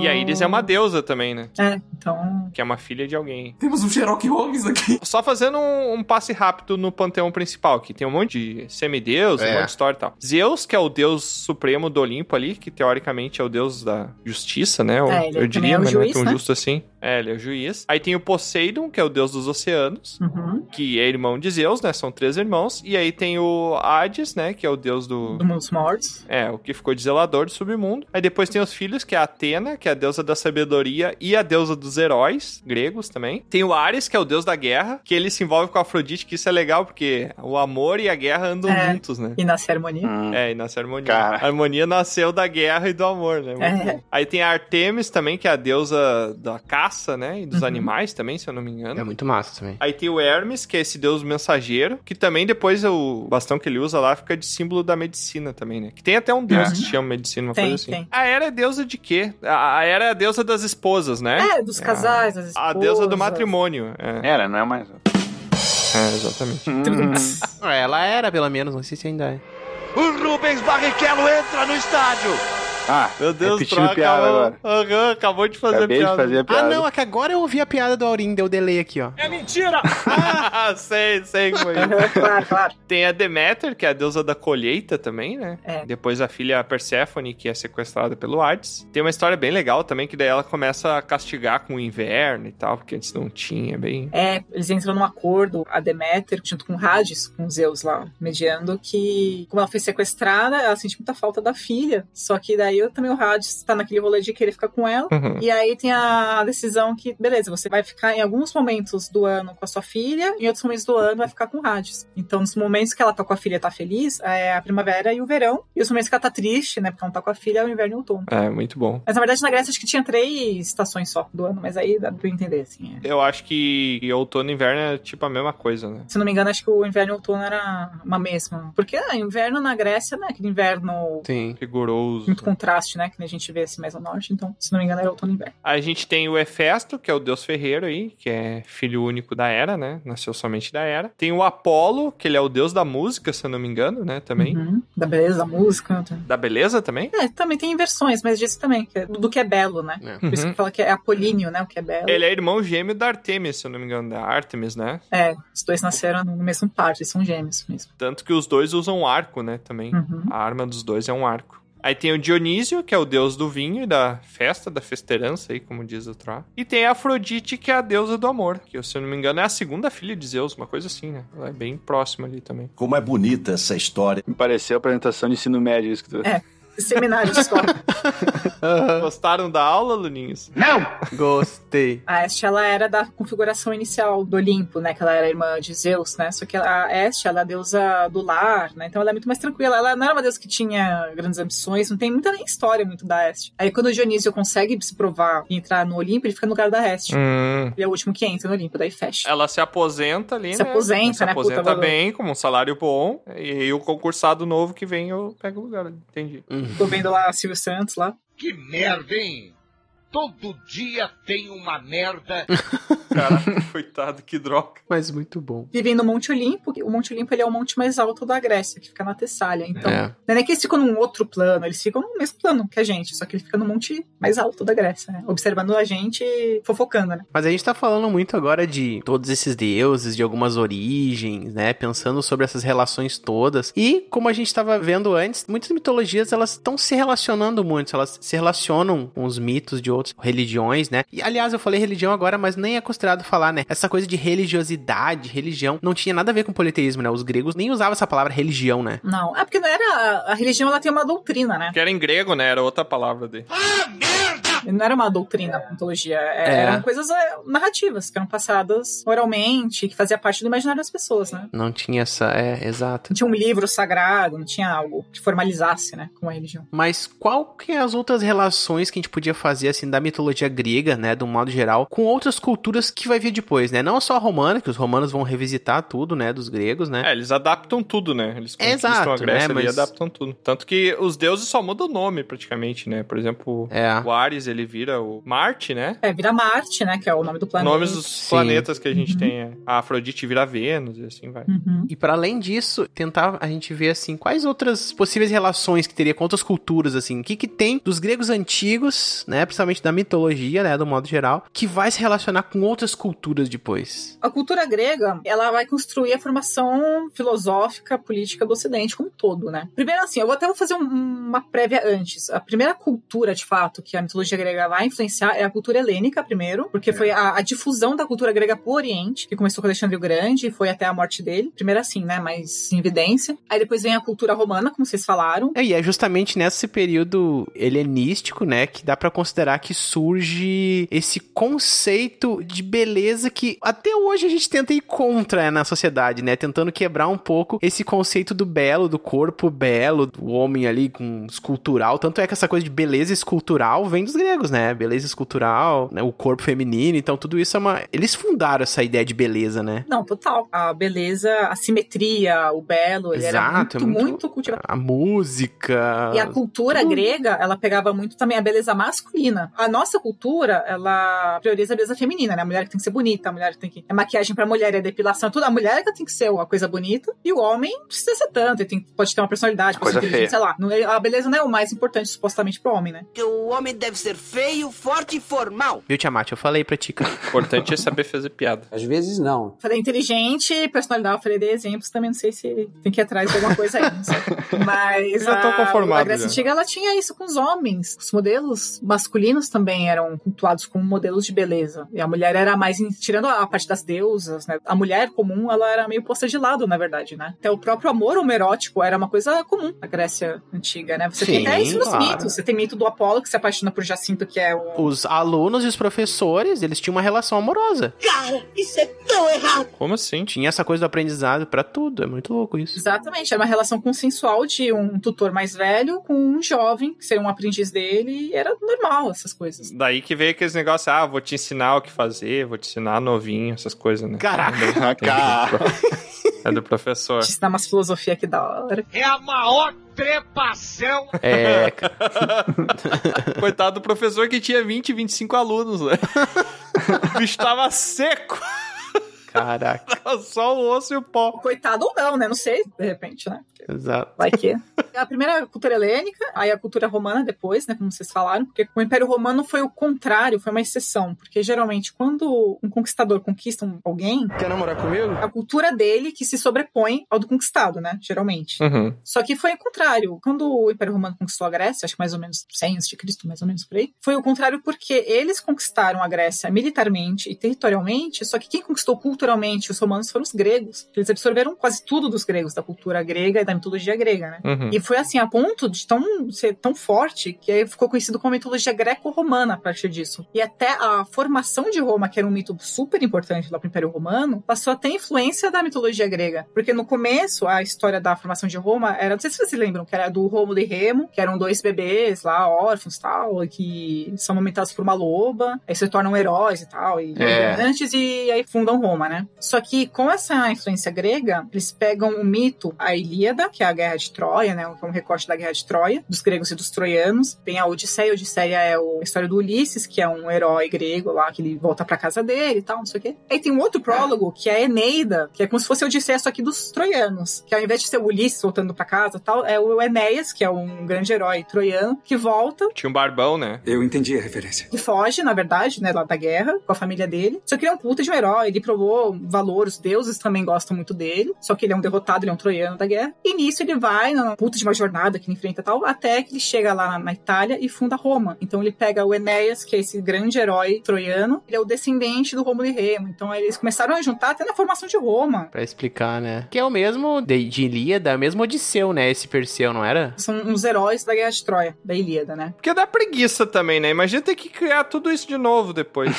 Speaker 1: E a Iris é
Speaker 2: Ah.
Speaker 1: uma deusa também, né?
Speaker 2: É, então...
Speaker 1: Que é uma filha de alguém.
Speaker 11: Temos um Sherlock Holmes aqui.
Speaker 1: Só fazendo um, um passe rápido no panteão principal, que tem um monte de semideus,
Speaker 4: É.
Speaker 1: um monte de história e tal. Zeus, que é o deus supremo do Olimpo ali, que teoricamente é o deus da justiça, né? Eu,
Speaker 2: É, ele
Speaker 1: eu
Speaker 2: também
Speaker 1: diria,
Speaker 2: é o
Speaker 1: mas não é
Speaker 2: juiz,
Speaker 1: tão
Speaker 2: né?
Speaker 1: justo assim. É, ele é o juiz. Aí tem o Poseidon, que é o deus dos oceanos.
Speaker 2: Uhum.
Speaker 1: que é irmão de Zeus, né? São três irmãos. E aí tem o Hades, né? Que é o deus do.
Speaker 2: Do mundo dos mortos.
Speaker 1: É, o que ficou de zelador do submundo. Aí depois tem os filhos, que é a Atena, que é a deusa da sabedoria e a deusa dos heróis, gregos também. Tem o Ares, que é o deus da guerra, que ele se envolve com a Afrodite, que isso é legal, porque o amor e a guerra andam
Speaker 2: É.
Speaker 1: juntos, né?
Speaker 2: E nasce a harmonia.
Speaker 3: Hum.
Speaker 1: É, e nasce a harmonia.
Speaker 3: Cara.
Speaker 1: A harmonia nasceu da guerra e do amor, né? Muito
Speaker 2: É.
Speaker 1: bom. Aí tem a Artemis também, que é a deusa da caça, né? E dos
Speaker 2: Uhum.
Speaker 1: animais também, se eu não me engano.
Speaker 4: É muito massa também.
Speaker 1: Aí tem o Hermes, que é esse deus mensageiro, que também depois o bastão que ele usa lá fica de símbolo da medicina também, né? Que tem até um deus
Speaker 2: É.
Speaker 1: que se chama medicina, uma
Speaker 2: Tem,
Speaker 1: coisa assim.
Speaker 2: tem.
Speaker 1: A Hera é deusa de quê? A a Hera é a deusa das esposas, né?
Speaker 2: É, dos casais, das
Speaker 1: A
Speaker 2: esposas.
Speaker 1: deusa do matrimônio. É,
Speaker 3: Era, não é mais.
Speaker 1: é, exatamente.
Speaker 3: Hum.
Speaker 4: Ah, Ela era, pelo menos, não sei se ainda é.
Speaker 5: O Rubens Barrichello entra no estádio!
Speaker 3: Ah,
Speaker 1: Meu Deus,
Speaker 3: repetindo
Speaker 1: troca,
Speaker 3: piada
Speaker 1: ó.
Speaker 3: agora.
Speaker 1: Aham, acabou de fazer
Speaker 3: Acabei de
Speaker 1: piada.
Speaker 3: fazer a piada.
Speaker 4: Ah, não, é que agora eu ouvi a piada do Aurim, deu delay aqui, ó.
Speaker 2: É mentira!
Speaker 1: Ah, sei, sei como é. isso.
Speaker 2: claro, claro.
Speaker 1: Tem a Deméter, que é a deusa da colheita também, né?
Speaker 2: É.
Speaker 1: Depois a filha Perséfone, que é sequestrada pelo Hades. Tem uma história bem legal também, que daí ela começa a castigar com o inverno e tal, porque antes não tinha bem.
Speaker 2: É, eles entram num acordo, a Deméter, junto com o Hades, com Zeus lá, mediando, que como ela foi sequestrada, ela sente muita falta da filha. Só que daí eu- também o Hades tá naquele rolê de querer ficar com ela.
Speaker 1: Uhum.
Speaker 2: E aí tem a decisão que, beleza, você vai ficar em alguns momentos do ano com a sua filha, em outros momentos do ano vai ficar com o Hades. Então, nos momentos que ela tá com a filha e tá feliz, é a primavera e o verão. E os momentos que ela tá triste, né, porque ela não tá com a filha, é o inverno e o outono.
Speaker 1: É, muito bom.
Speaker 2: Mas na verdade na Grécia acho que tinha três estações só do ano, mas aí dá pra eu entender, assim. é.
Speaker 1: Eu acho que outono e inverno é tipo a mesma coisa, né?
Speaker 2: Se não me engano, acho que o inverno e o outono era uma mesma. Porque ah, inverno na Grécia, né? Aquele inverno
Speaker 4: Sim.
Speaker 1: Rigoroso.
Speaker 2: muito contraste, né? Que a gente vê assim mais ao norte. Então, se não me engano, era outono e inverno.
Speaker 1: A gente tem o Hefesto, que é o deus ferreiro aí, que é filho único da Era, né? Nasceu somente da Era. Tem o Apolo, que ele é o deus da música, se eu não me engano, né? Também.
Speaker 2: Uhum. Da beleza, da música. tá.
Speaker 1: Da beleza também?
Speaker 2: É, também tem inversões, mas disso também, que é do, do que é belo, né?
Speaker 4: É.
Speaker 2: Por isso
Speaker 1: Uhum.
Speaker 2: que fala que é apolíneo, né? O que é belo.
Speaker 1: Ele é irmão gêmeo da Artemis, se eu não me engano, da Artemis, né?
Speaker 2: É, os dois nasceram no mesmo par, eles são gêmeos mesmo.
Speaker 1: Tanto que os dois usam arco, né? Também.
Speaker 2: Uhum.
Speaker 1: A arma dos dois é um arco. Aí tem o Dionísio, que é o deus do vinho e da festa, da festerança aí, como diz o Troá. E tem a Afrodite, que é a deusa do amor, que se eu não me engano é a segunda filha de Zeus, uma coisa assim, né? Ela é bem próxima ali também.
Speaker 12: Como é bonita essa história.
Speaker 3: Me pareceu a apresentação de ensino médio isso que tu... tá-
Speaker 2: É. Seminário de escola. Ah.
Speaker 1: Gostaram da aula, Luninhos?
Speaker 4: Gostei.
Speaker 2: A Este, ela era da configuração inicial do Olimpo, né? Que ela era irmã de Zeus, né? Só que ela- a Este, ela é a deusa do lar, né? Então ela é muito mais tranquila. Ela não era uma deusa que tinha grandes ambições, não tem muita nem história muito da Este. Aí quando o Dionísio consegue se provar e entrar no Olimpo, ele fica no lugar da Este.
Speaker 1: Hum.
Speaker 2: Ele é o último que entra no Olimpo, daí fecha.
Speaker 1: Ela se aposenta ali,
Speaker 2: Se
Speaker 1: né?
Speaker 2: aposenta,
Speaker 1: se
Speaker 2: né? Puta,
Speaker 1: aposenta
Speaker 2: valor.
Speaker 1: bem, com um salário bom. E aí o concursado novo que vem, eu pego o lugar ali. Entendi.
Speaker 2: Tô vendo lá Silvio Santos lá.
Speaker 13: Que merda, hein? Todo dia tem uma
Speaker 1: Caraca,
Speaker 13: merda.
Speaker 1: coitado, que droga.
Speaker 4: Mas muito bom.
Speaker 2: Vivem no Monte Olimpo. que O Monte Olimpo ele é o monte mais alto da Grécia, que fica na Tessália. Então,
Speaker 4: É.
Speaker 2: Não é que eles ficam num outro plano, eles ficam no mesmo plano que a gente, só que ele fica no monte mais alto da Grécia, né? Observando a gente e fofocando, né?
Speaker 4: Mas a gente tá falando muito agora de todos esses deuses, de algumas origens, né? Pensando sobre essas relações todas. E, como a gente tava vendo antes, muitas mitologias elas estão se relacionando muito. Elas se relacionam com os mitos de outras religiões, né? E, aliás, eu falei religião agora, mas nem é costurado falar, né? Essa coisa de religiosidade, religião, não tinha nada a ver com politeísmo, né? Os gregos nem usavam essa palavra religião, né?
Speaker 2: Não, é porque não era. A religião ela tem uma doutrina, né?
Speaker 1: Que era em grego, né? Era outra palavra dele.
Speaker 2: Não era uma doutrina, a mitologia. é-
Speaker 4: É.
Speaker 2: Eram coisas é, narrativas que eram passadas oralmente, que fazia parte do imaginário das pessoas, né?
Speaker 4: Não tinha essa. É, exato.
Speaker 2: Não tinha um livro sagrado, não tinha algo que formalizasse, né? Como a religião.
Speaker 4: Mas qual que é as outras relações que a gente podia fazer, assim, da mitologia grega, né, de um modo geral, com outras culturas que vai vir depois, né? Não só a romana, que os romanos vão revisitar tudo, né, dos gregos, né?
Speaker 1: É, eles adaptam tudo, né? Eles
Speaker 4: É,
Speaker 1: conquistam
Speaker 4: exato,
Speaker 1: a Grécia
Speaker 4: né,
Speaker 1: ali e
Speaker 4: mas-
Speaker 1: adaptam tudo. Tanto que os deuses só mudam o nome, praticamente, né? Por exemplo,
Speaker 4: É.
Speaker 1: o Ares, ele vira o Marte, né?
Speaker 2: É, vira Marte, né? Que é o nome do planeta.
Speaker 1: Nomes dos
Speaker 4: Sim. Uhum.
Speaker 1: planetas que a gente tem. é. A Afrodite vira Vênus e assim vai.
Speaker 2: Uhum.
Speaker 4: E para além disso, tentar a gente ver assim quais outras possíveis relações que teria com outras culturas assim, o que que tem dos gregos antigos, né, principalmente da mitologia, né, do modo geral, que vai se relacionar com outras culturas depois.
Speaker 2: A cultura grega, ela vai construir a formação filosófica, política do Ocidente como um todo, né? Primeiro, assim, eu vou até vou fazer um- uma prévia antes. A primeira cultura, de fato, que a mitologia grega vai influenciar é a cultura helênica, primeiro, porque foi a, a difusão da cultura grega pro Oriente, que começou com Alexandre o Grande e foi até a morte dele. Primeiro, assim, né? Mais em evidência. Aí depois vem a cultura romana, como vocês falaram.
Speaker 4: É, e é justamente nesse período helenístico, né, que dá pra considerar que surge esse conceito de beleza que até hoje a gente tenta ir contra né, na sociedade, né, tentando quebrar um pouco esse conceito do belo, do corpo belo, do homem ali com escultural. Tanto é que essa coisa de beleza escultural vem dos gregos, né? Beleza escultural, né? o corpo feminino, então tudo isso é uma. Eles fundaram essa ideia de beleza, né?
Speaker 2: Não, total. A beleza, a simetria, o belo, ele
Speaker 4: Exato,
Speaker 2: era
Speaker 4: é
Speaker 2: muito,
Speaker 4: muito-
Speaker 2: muito, cultivado.
Speaker 4: A música.
Speaker 2: E a cultura
Speaker 3: Uhum.
Speaker 2: grega, ela pegava muito também a beleza masculina. A nossa cultura, ela prioriza a beleza feminina, né? A mulher que tem que ser bonita, a mulher que tem que. É maquiagem pra mulher, é depilação, é tudo. A mulher que tem que ser uma coisa bonita. E o homem precisa ser tanto, ele tem- pode ter uma personalidade, pode
Speaker 3: Coisa
Speaker 2: ser inteligente,
Speaker 3: feia.
Speaker 2: sei lá. Não é- A beleza não é o mais importante, supostamente, pro homem, né?
Speaker 14: Que o homem deve ser feio, forte e formal.
Speaker 4: Viu, Tiamat? Eu falei pra ti, cara.
Speaker 1: importante é saber fazer piada.
Speaker 15: Às vezes não.
Speaker 2: Falei inteligente, personalidade, eu falei de exemplos, também não sei se tem que ir atrás de alguma coisa aí. não sei. Mas
Speaker 1: Já tô
Speaker 2: a-
Speaker 1: conformado,
Speaker 2: a
Speaker 1: já.
Speaker 2: Grécia Antiga ela tinha isso com os homens. Os modelos masculinos também eram cultuados como modelos de beleza. E a mulher era mais, em- tirando a parte das deusas, né? A mulher comum, ela era meio posta de lado, na verdade, né? Até o próprio amor homerótico era uma coisa comum na Grécia Antiga, né? Você
Speaker 4: Sim,
Speaker 2: tem até isso nos
Speaker 4: claro.
Speaker 2: mitos. Você tem mito do Apolo que se apaixona por Jacinto, que é o...
Speaker 4: Os alunos e os professores, eles tinham uma relação amorosa.
Speaker 14: Cara, isso é tão errado.
Speaker 1: Como assim?
Speaker 4: Tinha essa coisa do aprendizado pra tudo. É muito louco isso.
Speaker 2: Exatamente, era uma relação consensual de um tutor mais velho com um jovem, que seria um aprendiz dele, e era normal essas coisas.
Speaker 1: Daí que veio aqueles negócios, ah, vou te ensinar o que fazer, vou te ensinar novinho, essas coisas, né?
Speaker 3: Ah,
Speaker 4: Caraca!
Speaker 1: É do professor.
Speaker 2: Te ensinar umas filosofia que da hora.
Speaker 13: É a maior trepação.
Speaker 4: É,
Speaker 1: Coitado do professor que tinha 20, 25 alunos, né? O bicho tava seco,
Speaker 4: Caraca,
Speaker 1: tava Tá só o osso e o pó.
Speaker 2: Coitado ou não, né? Não sei, de repente, né?
Speaker 4: exato.
Speaker 2: Vai que. A primeira é a cultura helênica, aí a cultura romana depois, né? Como vocês falaram, porque o Império Romano foi o contrário, foi uma exceção. Porque geralmente, quando um conquistador conquista um- alguém. Quer namorar comigo? A cultura dele que se sobrepõe ao do conquistado, né? Geralmente.
Speaker 1: Uhum.
Speaker 2: Só que foi o contrário. Quando o Império Romano conquistou a Grécia, acho que mais ou menos 100 antes de Cristo, mais ou menos por aí, foi o contrário porque eles conquistaram a Grécia militarmente e territorialmente, só que quem conquistou culturalmente os romanos foram os gregos. Eles absorveram quase tudo dos gregos, da cultura grega e da mitologia grega, né?
Speaker 7: Uhum.
Speaker 2: E foi assim, a ponto de tão, ser tão forte que aí ficou conhecido como a mitologia greco-romana a partir disso. E até a formação de Roma, que era um mito super importante lá pro Império Romano, passou a ter influência da mitologia grega. Porque no começo, a história da formação de Roma era, não sei se vocês lembram, que era do Rômulo e Remo, que eram dois bebês lá, órfãos e tal, que são amamentados por uma loba, aí se tornam heróis e tal, e
Speaker 7: É.
Speaker 2: antes e aí fundam Roma, né? Só que com essa influência grega, eles pegam o mito, a Ilíada, que é a Guerra de Troia, né? Que é um recorte da Guerra de Troia, dos gregos e dos troianos. Tem a Odisseia, a Odisseia é o- a história do Ulisses, que é um herói grego lá, que ele volta pra casa dele e tal, não sei o quê. Aí tem um outro prólogo, que é a Eneida, que é como se fosse a Odisseia, só que dos troianos. Que ao invés de ser o Ulisses voltando pra casa e tal, é o Enéas, que é um grande herói troiano, que volta
Speaker 1: Tinha um barbão, né?
Speaker 10: Eu entendi a referência.
Speaker 2: que foge, na verdade, né, lá da guerra, com a família dele. Só que ele é um puta de um herói, ele provou valor, os deuses também gostam muito dele. Só que ele é um derrotado, ele é um troiano da guerra. E nisso ele vai numa puta de uma jornada que ele enfrenta e tal, até que ele chega lá na, na Itália e funda Roma. Então ele pega o Enéas, que é esse grande herói troiano, ele é o descendente do Rômulo e Remo. Então eles começaram a juntar até na formação de Roma.
Speaker 4: Pra explicar, né? Que é o mesmo de, de Ilíada, é o mesmo Odisseu, né? Esse Perseu, não era?
Speaker 2: São uns heróis da Guerra de Troia, da Ilíada, né?
Speaker 1: Porque dá preguiça também, né? Imagina ter que criar tudo isso de novo depois.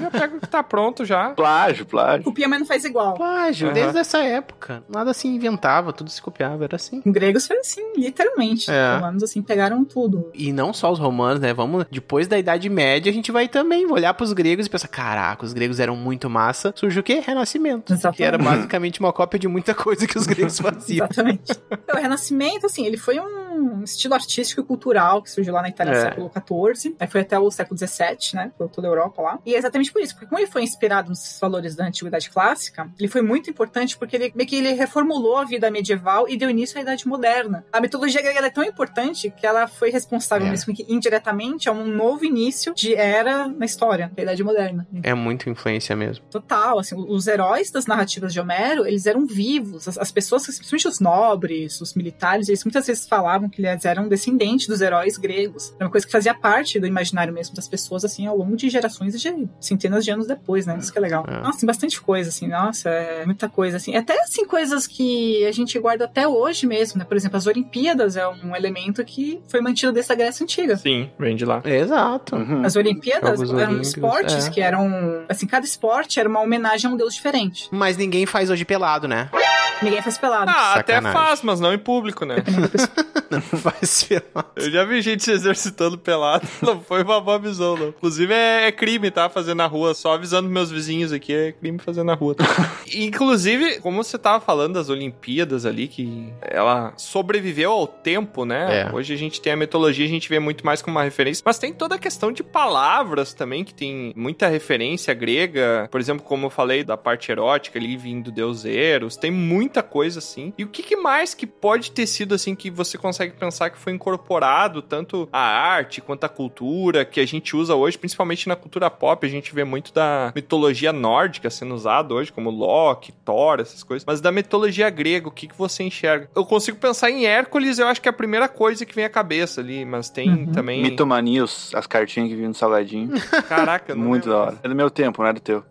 Speaker 1: já pega o que tá pronto já.
Speaker 3: Plágio, plágio.
Speaker 2: Copia, mas não faz igual.
Speaker 4: Plágio,
Speaker 1: Aham.
Speaker 4: desde essa época. Nada se inventava, tudo se copiava, era assim.
Speaker 2: Os gregos foi assim, literalmente.
Speaker 4: É.
Speaker 2: Os romanos, assim, pegaram tudo.
Speaker 4: E não só os romanos, né? Vamos, depois da Idade Média, a gente vai também olhar pros gregos e pensar: caraca, os gregos eram muito massa. Surgiu o quê? Renascimento. Que era basicamente uma cópia de muita coisa que os gregos faziam.
Speaker 2: Exatamente. Então, o Renascimento, assim, ele foi um estilo artístico e cultural que surgiu lá na Itália no
Speaker 4: É.
Speaker 2: século XIV, aí foi até o século XVII, né, por toda a Europa lá. E é exatamente por isso, porque como ele foi inspirado nos valores da Antiguidade Clássica, ele foi muito importante porque ele meio que ele reformulou a vida medieval e deu início à Idade Moderna. A mitologia grega ela é tão importante que ela foi responsável,
Speaker 4: É.
Speaker 2: mesmo que indiretamente, a um novo início de era na história, da Idade Moderna.
Speaker 4: É muita influência mesmo.
Speaker 2: Total, assim, os heróis das narrativas de Homero, eles eram vivos. As, as pessoas, principalmente os nobres, os militares, eles muitas vezes falavam que eles eram descendentes dos heróis gregos. Era uma coisa que fazia parte do imaginário mesmo das pessoas, assim, ao longo de gerações e de centenas de anos depois, né? Isso que é legal. Nossa, tem bastante coisa, assim, nossa, é muita coisa, assim. Até, assim, coisas que a gente guarda até hoje mesmo, né? Por exemplo, as Olimpíadas é um elemento que foi mantido desde a Grécia Antiga.
Speaker 1: Sim, vem de lá.
Speaker 4: Exato.
Speaker 3: Uhum.
Speaker 2: As Olimpíadas
Speaker 4: Hum, Jogos
Speaker 2: eram
Speaker 4: Olímpicos,
Speaker 2: esportes
Speaker 4: é.
Speaker 2: que eram. Assim, cada esporte era uma homenagem a um deus diferente.
Speaker 4: Mas ninguém faz hoje pelado, né?
Speaker 2: Ninguém faz pelado.
Speaker 1: Ah, até
Speaker 4: Sacanagem.
Speaker 1: faz, mas não em público, né?
Speaker 4: Não faz pelado.
Speaker 1: Eu já vi gente se exercitando pelado. Não foi uma boa visão, não. Inclusive, é, é crime, tá? Fazer na rua. Só avisando meus vizinhos aqui, é crime fazer na rua. tá? Inclusive, como você tava falando das Olimpíadas ali, que ela sobreviveu ao tempo, né?
Speaker 4: É.
Speaker 1: Hoje a gente tem a mitologia, a gente vê muito mais como uma referência. Mas tem toda a questão de palavras também, que tem muita referência grega. Por exemplo, como eu falei, da parte erótica ali, vindo Deus Eros. Tem muita coisa assim. E o que, que mais que pode ter sido assim que você consegue pensar que foi incorporado tanto à arte quanto à cultura que a gente usa hoje, principalmente na cultura pop? A gente vê muito da mitologia nórdica sendo usada hoje, como Loki, Thor, essas coisas. Mas da mitologia grega, o que, que você enxerga? Eu consigo pensar em Hércules, eu acho que é a primeira coisa que vem à cabeça ali, mas tem também.
Speaker 3: Mitomanias, as cartinhas que vinham no salgadinho.
Speaker 1: Caraca, eu não
Speaker 3: Muito da hora. É do meu tempo, não é do teu.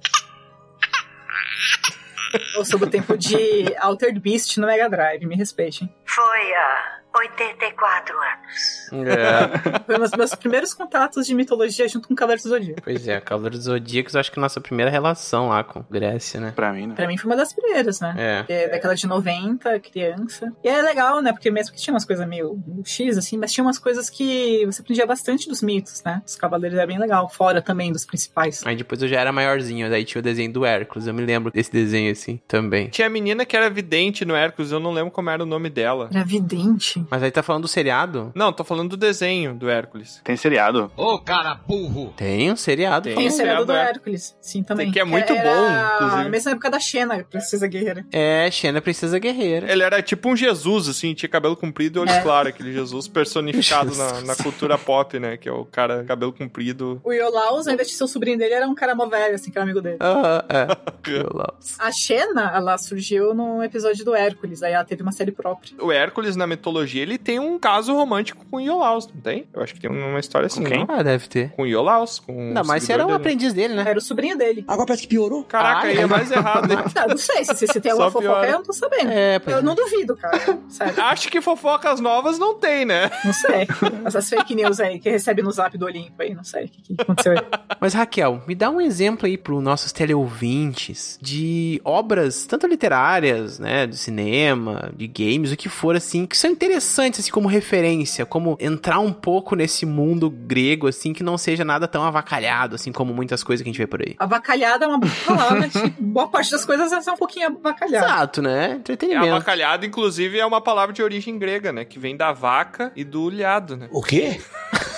Speaker 2: Ou sobre o tempo de Altered Beast no Mega Drive, me respeitem.
Speaker 15: Foi há 84 anos.
Speaker 4: É,
Speaker 2: Foi um dos meus primeiros contatos de mitologia junto com Cavaleiros do Zodíaco.
Speaker 4: Pois é, Cavaleiro dos Zodíacos, eu acho que é a nossa primeira relação lá com Grécia, né?
Speaker 3: Pra mim, né?
Speaker 2: Pra mim foi uma das primeiras, né?
Speaker 4: É.
Speaker 2: É, Daquela de 90, criança. E é legal, né? Porque mesmo que tinha umas coisas meio, meio X, assim, mas tinha umas coisas que você aprendia bastante dos mitos, né? Os cavaleiros era bem legal, fora também dos principais.
Speaker 4: Aí depois eu já era maiorzinho, daí tinha o desenho do Hércules, eu me lembro desse desenho assim também.
Speaker 1: Tinha a menina que era vidente no Hércules, eu não lembro como era o nome dela.
Speaker 2: Era vidente.
Speaker 4: Mas aí tá falando do seriado?
Speaker 1: Não, tô falando do desenho do Hércules.
Speaker 3: Tem seriado?
Speaker 13: Ô, cara burro!
Speaker 4: Tem um seriado.
Speaker 1: Tem.
Speaker 2: Tem o
Speaker 1: seriado
Speaker 2: seriado do
Speaker 1: é-
Speaker 2: Hércules, sim, também.
Speaker 1: Que é muito
Speaker 2: era
Speaker 1: bom, inclusive.
Speaker 2: A mesma época da Xena, Princesa Guerreira.
Speaker 4: É, Xena Princesa Guerreira.
Speaker 1: Ele era tipo um Jesus, assim, tinha cabelo comprido e olhos claros, aquele Jesus personificado na, na cultura pop, né? Que é o cara cabelo comprido.
Speaker 2: O Iolaus, ao invés de ser o sobrinho dele, era um cara mó velho, assim, que era amigo dele.
Speaker 4: Ah, é. Meu Deus.
Speaker 2: A Xena, ela surgiu num episódio do Hércules, aí ela teve uma série própria.
Speaker 1: O Hércules, na mitologia, ele tem um caso romântico com Iolaus, não tem? Eu acho que tem uma história assim, não?
Speaker 4: Ah, deve ter.
Speaker 1: Com Iolaus, com.
Speaker 4: Não,
Speaker 1: o
Speaker 4: mas você
Speaker 1: seguidor
Speaker 4: era um
Speaker 1: dele.
Speaker 4: aprendiz dele, né?
Speaker 2: Era o sobrinho dele.
Speaker 7: Agora parece que piorou.
Speaker 1: Caraca,
Speaker 4: Ah,
Speaker 1: aí é mais errado. hein?
Speaker 2: Tá, não sei, se, se tem alguma
Speaker 1: Só
Speaker 2: fofoca,
Speaker 1: piora.
Speaker 2: eu não tô sabendo.
Speaker 4: É, pois
Speaker 2: eu
Speaker 4: é.
Speaker 2: não duvido, cara. Sério,
Speaker 1: Acho que fofocas novas não tem, né?
Speaker 2: não sei. Essas fake news aí que recebe no zap do Olimpo aí, não sei o que, que aconteceu aí.
Speaker 4: Mas Raquel, me dá um exemplo aí para os nossos teleouvintes de obras, tanto literárias, né, de cinema, de games, o que for assim, que são interessantes assim como referência, como entrar um pouco nesse mundo grego assim que não seja nada tão avacalhado assim como muitas coisas que a gente vê por aí.
Speaker 2: Avacalhada é uma boa palavra, que boa parte das coisas é um pouquinho avacalhada.
Speaker 4: Exato, né? Entretenimento.
Speaker 1: É Abacalhado, inclusive, é uma palavra de origem grega, né? Que vem da vaca e do ulhado, né?
Speaker 7: O quê?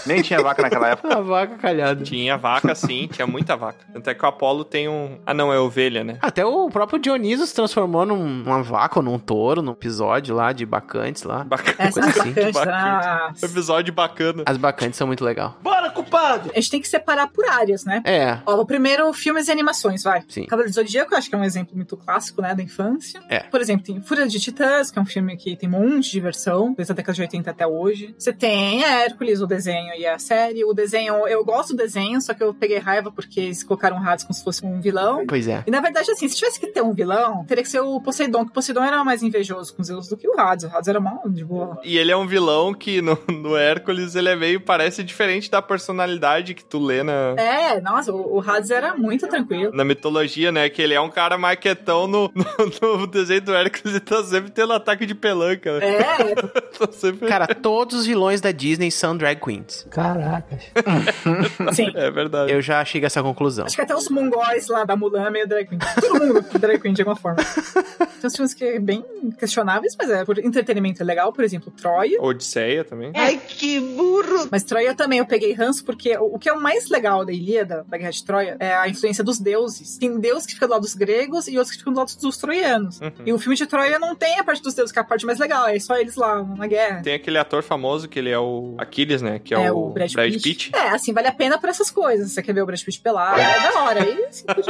Speaker 3: Nem tinha vaca naquela época.
Speaker 4: Avacalhado.
Speaker 1: Tinha vaca, sim, tinha muita vaca. Tanto é que o Apolo tem um. Ah, não, é ovelha, né?
Speaker 4: Até o próprio Dioniso se transformou num- numa vaca ou num touro num episódio lá de Bacantes lá.
Speaker 1: Bacana.
Speaker 2: Essa
Speaker 4: Coisa
Speaker 2: é
Speaker 4: assim.
Speaker 2: bacana.
Speaker 1: Bacana. Episódio bacana.
Speaker 4: As Bacantes são muito legal.
Speaker 7: Bora, culpado!
Speaker 2: Ah, A gente tem que separar por áreas, né?
Speaker 4: É,
Speaker 2: Ó, o primeiro, filmes e animações, vai.
Speaker 4: Sim.
Speaker 2: Cavaleiro do Zodíaco, eu acho que é um exemplo muito clássico, né, da infância.
Speaker 4: É.
Speaker 2: Por exemplo, tem Fúria de Titãs, que é um filme que tem um monte de diversão, desde a década de 80 até hoje. Você tem é, Hércules, o desenho e a série. O desenho, eu gosto do desenho, só que eu peguei raiva porque eles colocaram o Hades como se fosse um vilão.
Speaker 4: pois é.
Speaker 2: E na verdade, assim, se tivesse que ter um vilão, teria que ser o Poseidon, que o Poseidon era mais invejoso com os deuses do que o Hades. O Hades era mal de boa.
Speaker 1: E ele é um vilão que no, no Hércules ele é meio, parece diferente da personalidade que tu lê na,
Speaker 2: É, nossa, o o Hades era muito tranquilo.
Speaker 1: na mitologia, né? Que ele é um cara maquetão no, no, no desenho do Hércules e tá sempre tendo ataque de pelanca. né?
Speaker 2: É,
Speaker 1: Tá sempre...
Speaker 4: Cara, todos os vilões da Disney são drag queens.
Speaker 7: Caracas.
Speaker 2: sim.
Speaker 1: É verdade.
Speaker 4: Eu já cheguei a essa conclusão.
Speaker 2: Acho que até os mongóis lá da Mulan é meio drag queen. Todo mundo é drag queen de alguma forma. Tem uns filmes que é bem questionáveis, mas é por entretenimento é legal, por exemplo, Troia.
Speaker 1: Odisseia também.
Speaker 14: Ai, que burro!
Speaker 2: Mas Troia também eu peguei ranço, porque o o que é o mais legal da Ilíada, da Guerra de Troia, é a influência dos deuses. Tem deus que fica do lado dos gregos e outros que ficam do lado dos troianos. E o filme de Troia não tem a parte dos deuses, que é a parte mais legal, é só eles lá na guerra.
Speaker 1: É. Tem aquele ator famoso que ele é o Aquiles, né? Que é, o, Brad, Pitt.
Speaker 2: É, assim, vale a pena pra essas coisas. Você quer ver o Brad Pitt pelado, é da hora. Aí assim, pode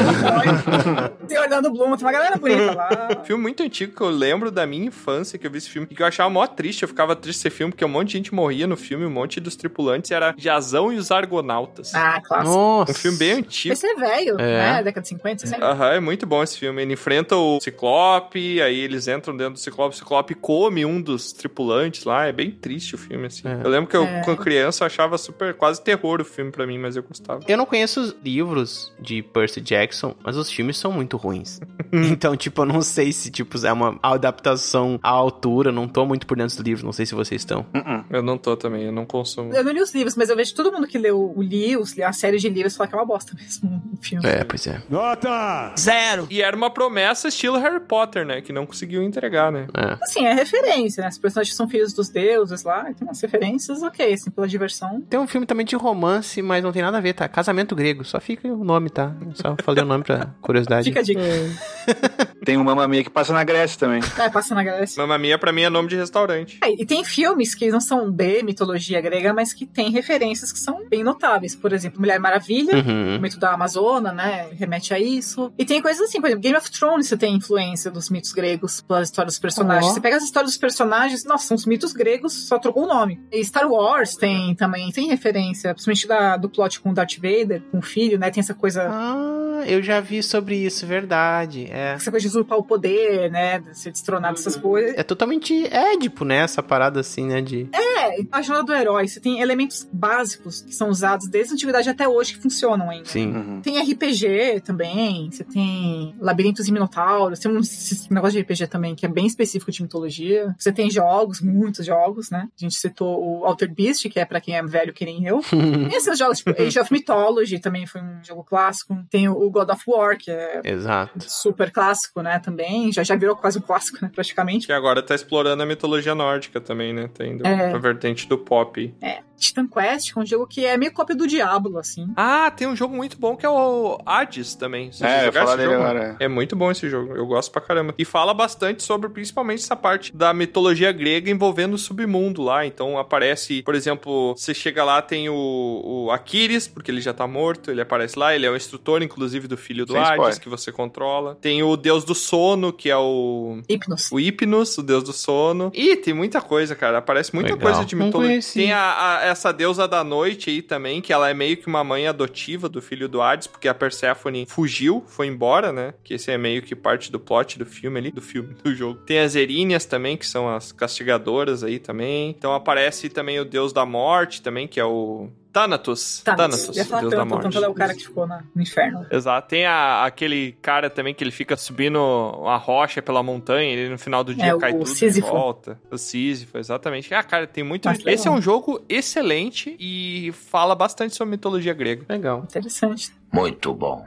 Speaker 2: ver. Tem Orlando Bloom, tem uma galera bonita lá.
Speaker 1: Filme muito antigo que eu lembro da minha infância que eu vi esse filme e que eu achava mó triste. Eu ficava triste esse filme porque um monte de gente morria no filme, um monte dos tripulantes. e Era, já Jazão e os Argonautas.
Speaker 2: Ah, clássico.
Speaker 1: Nossa. Um filme bem antigo.
Speaker 2: Esse é velho, é. né? Década de 50, 60.
Speaker 1: Aham, é muito bom esse filme. Ele enfrenta o Ciclope, aí eles entram dentro do Ciclope, o Ciclope come um dos tripulantes lá. É bem triste o filme, assim. É. Eu lembro que eu, é. quando criança, eu achava super quase terror o filme pra mim, mas eu gostava.
Speaker 4: Eu não conheço os livros de Percy Jackson, mas os filmes são muito ruins. então, tipo, eu não sei se tipo, é uma adaptação à altura, não tô muito por dentro dos livros, não sei se vocês estão.
Speaker 1: Uh-uh. Eu não tô também, eu não consumo.
Speaker 2: Eu não li os livros, mas eu vejo todo mundo que leu o livros, a série de livros, falar que é uma bosta mesmo. O filme.
Speaker 4: É, pois é.
Speaker 1: Nota! Zero! E era uma promessa estilo Harry Potter, né? Que não conseguiu entregar, né?
Speaker 2: É. Assim, é referência, né? Os personagens são filhos dos deuses lá, tem umas referências, ok, assim, pela diversão.
Speaker 4: Tem um filme também de romance, mas não tem nada a ver, tá? Casamento Grego, só fica o nome, tá? Só falei o nome pra curiosidade.
Speaker 2: Fica a dica.
Speaker 1: é.
Speaker 3: tem uma mamamia que passa na Grécia também.
Speaker 2: É, passa na Grécia.
Speaker 1: Mamamia pra mim é nome de restaurante.
Speaker 2: É, e tem filmes que não são de mitologia grega, mas que tem referências que são bem notáveis. Por exemplo, Mulher Maravilha, uhum. o mito da Amazônia, né? Remete a isso. E tem coisas assim, por exemplo, Game of Thrones você tem influência dos mitos gregos pelas histórias dos personagens. Oh. Você pega as histórias dos personagens, nossa, são os mitos gregos, só trocou o nome. E Star Wars tem também, tem referência, principalmente da, do plot com Darth Vader, com o filho, né? Tem essa coisa.
Speaker 4: Ah, eu já vi sobre isso, verdade. É.
Speaker 2: Essa coisa de usurpar o poder, né? De ser destronado, essas coisas.
Speaker 4: É totalmente édipo, né? Essa parada assim, né? De...
Speaker 2: É, a jornada do herói. Você tem elementos básicos que são usados desde a antiguidade até hoje que funcionam ainda.
Speaker 4: Sim. Uhum.
Speaker 2: Tem RPG também, você tem Labirintos e Minotauros, tem um negócio de RPG também que é bem específico de mitologia. Você tem jogos, muitos jogos, né? A gente citou o Alter Beast, que é para quem é velho que nem eu. tem esses jogos, tipo Age of Mythology também foi um jogo clássico. Tem o God of War, que é
Speaker 4: Exato.
Speaker 2: super clássico, né? Também. Já, já virou quase um clássico, né? Praticamente.
Speaker 1: Que agora tá explorando a mitologia nórdica também, né? Tem do, é. a vertente do pop.
Speaker 2: É. Titan Quest, que é um jogo que é meio cópia do Diablo, assim.
Speaker 1: Ah, tem um jogo muito bom que é o Hades também.
Speaker 3: Você é, eu falar dele agora.
Speaker 1: É muito bom esse jogo, eu gosto pra caramba. E fala bastante sobre, principalmente, essa parte da mitologia grega envolvendo o submundo lá. Então aparece, por exemplo, você chega lá, tem o, o Aquiles, porque ele já tá morto, ele aparece lá, ele é o instrutor, inclusive, do filho do Sem Hades, spoiler. que você controla. Tem o deus do sono, que é o...
Speaker 2: Hipnos.
Speaker 1: O Hipnos, o deus do sono. E tem muita coisa, cara, aparece muita Legal. coisa de mitologia. Tem a, a essa deusa da noite aí também, que ela é meio que uma mãe adotiva do filho do Hades, porque a Persephone fugiu, foi embora, né? Que esse é meio que parte do plot do filme ali, do filme, do jogo. Tem as Eríneas também, que são as castigadoras aí também. Então aparece também o deus da morte também, que é o Thanatos.
Speaker 2: Thanatos. Thanatos. Deus tanto, da morte. Tanto é o cara que ficou na, no inferno.
Speaker 1: Exato. Tem a, aquele cara também que ele fica subindo a rocha pela montanha, ele no final do dia é, cai o tudo Sísifo. de volta. O Sísifo, exatamente. Ah, cara, tem muito... Mas, Esse legal. é um jogo excelente e fala bastante sobre mitologia grega.
Speaker 4: Legal.
Speaker 2: Interessante.
Speaker 13: Muito bom.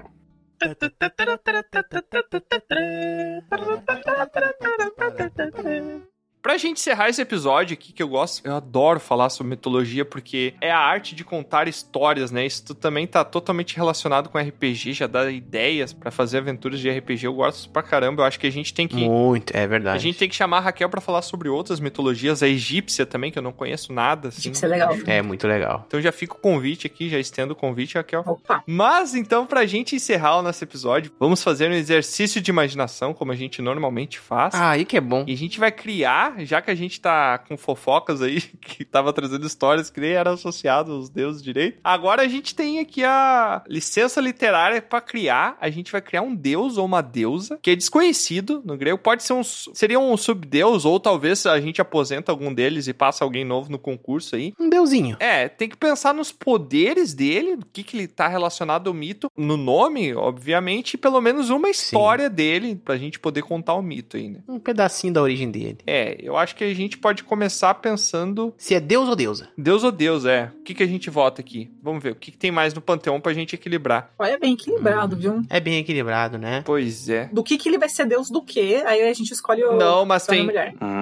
Speaker 1: Pra gente encerrar esse episódio aqui, que eu gosto, eu adoro falar sobre mitologia, porque é a arte de contar histórias, né? Isso também tá totalmente relacionado com RPG, já dá ideias para fazer aventuras de RPG. Eu gosto pra caramba, eu acho que a gente tem que.
Speaker 4: Muito, é verdade.
Speaker 1: A gente tem que chamar a Raquel para falar sobre outras mitologias, a egípcia também, que eu não conheço nada. Assim.
Speaker 2: Egípcia é legal.
Speaker 4: É, muito legal.
Speaker 1: Então já fica o convite aqui, já estendo o convite, Raquel.
Speaker 2: Opa!
Speaker 1: Mas então, pra gente encerrar o nosso episódio, vamos fazer um exercício de imaginação, como a gente normalmente faz.
Speaker 4: Ah, aí que é bom.
Speaker 1: E a gente vai criar já que a gente tá com fofocas aí, que tava trazendo histórias que nem eram associadas aos deuses direito, agora a gente tem aqui a licença literária para criar, a gente vai criar um deus ou uma deusa, que é desconhecido no grego, pode ser um, seria um subdeus, ou talvez a gente aposenta algum deles e passa alguém novo no concurso aí.
Speaker 4: Um deusinho.
Speaker 1: É, tem que pensar nos poderes dele, do que que ele tá relacionado ao mito, no nome, obviamente, e pelo menos uma história Sim. dele, pra gente poder contar o mito aí, né?
Speaker 4: Um pedacinho da origem dele.
Speaker 1: É, eu acho que a gente pode começar pensando.
Speaker 4: Se é Deus ou deusa.
Speaker 1: Deus ou Deus, é. O que, que a gente vota aqui? Vamos ver. O que, que tem mais no panteão pra gente equilibrar?
Speaker 2: Olha, é bem equilibrado, hum. viu?
Speaker 4: É bem equilibrado, né?
Speaker 1: Pois é.
Speaker 2: Do que, que ele vai ser Deus do quê? Aí a gente escolhe o.
Speaker 1: Não, mas tem. Hum.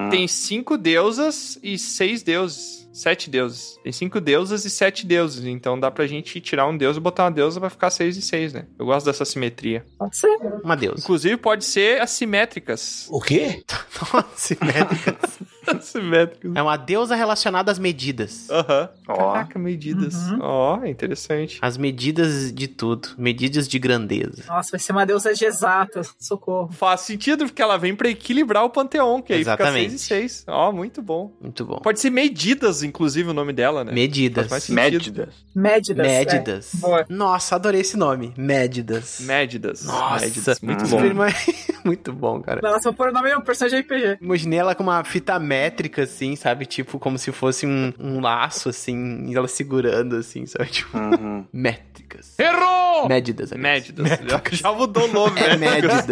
Speaker 3: Uhum.
Speaker 1: Tem cinco deusas e seis deuses sete deuses. Tem cinco deusas e sete deuses. Então dá pra gente tirar um deus e botar uma deusa pra ficar seis e seis, né? Eu gosto dessa simetria.
Speaker 2: Pode ser.
Speaker 4: Uma deusa.
Speaker 1: Inclusive, pode ser assimétricas.
Speaker 4: O quê? Nossa, assimétricas.
Speaker 1: Assimétricos.
Speaker 4: É uma deusa relacionada às medidas.
Speaker 1: Aham. Caraca, medidas. Ó, interessante.
Speaker 4: As medidas de tudo. Medidas de grandeza.
Speaker 2: Nossa, vai ser uma deusa de exatas. Socorro.
Speaker 1: Faz sentido, porque ela vem pra equilibrar o panteão, que aí
Speaker 4: Exatamente.
Speaker 1: fica 6 e 6. Ó, muito bom.
Speaker 4: Muito bom.
Speaker 1: Pode ser Medidas, inclusive, o nome dela, né?
Speaker 4: Medidas.
Speaker 1: Faz mais sentido.
Speaker 3: Médidas.
Speaker 2: Médidas.
Speaker 4: Médidas.
Speaker 2: É. Boa.
Speaker 4: Nossa, adorei esse nome. Médidas.
Speaker 1: Médidas.
Speaker 4: Nossa,
Speaker 1: Médidas. Muito
Speaker 4: Hum.
Speaker 1: bom.
Speaker 4: Muito bom, cara.
Speaker 2: é. Nossa, vou pôr o nome do personagem de RPG.
Speaker 4: Imaginei ela com uma fita métrica, assim, sabe? Tipo, como se fosse um, um laço, assim, e ela segurando, assim, sabe? Tipo,
Speaker 3: Uhum.
Speaker 4: métricas.
Speaker 1: Errou!
Speaker 4: Médidas. aliás.
Speaker 1: Médidas. Já mudou o nome,
Speaker 4: É
Speaker 1: né?
Speaker 4: médidas.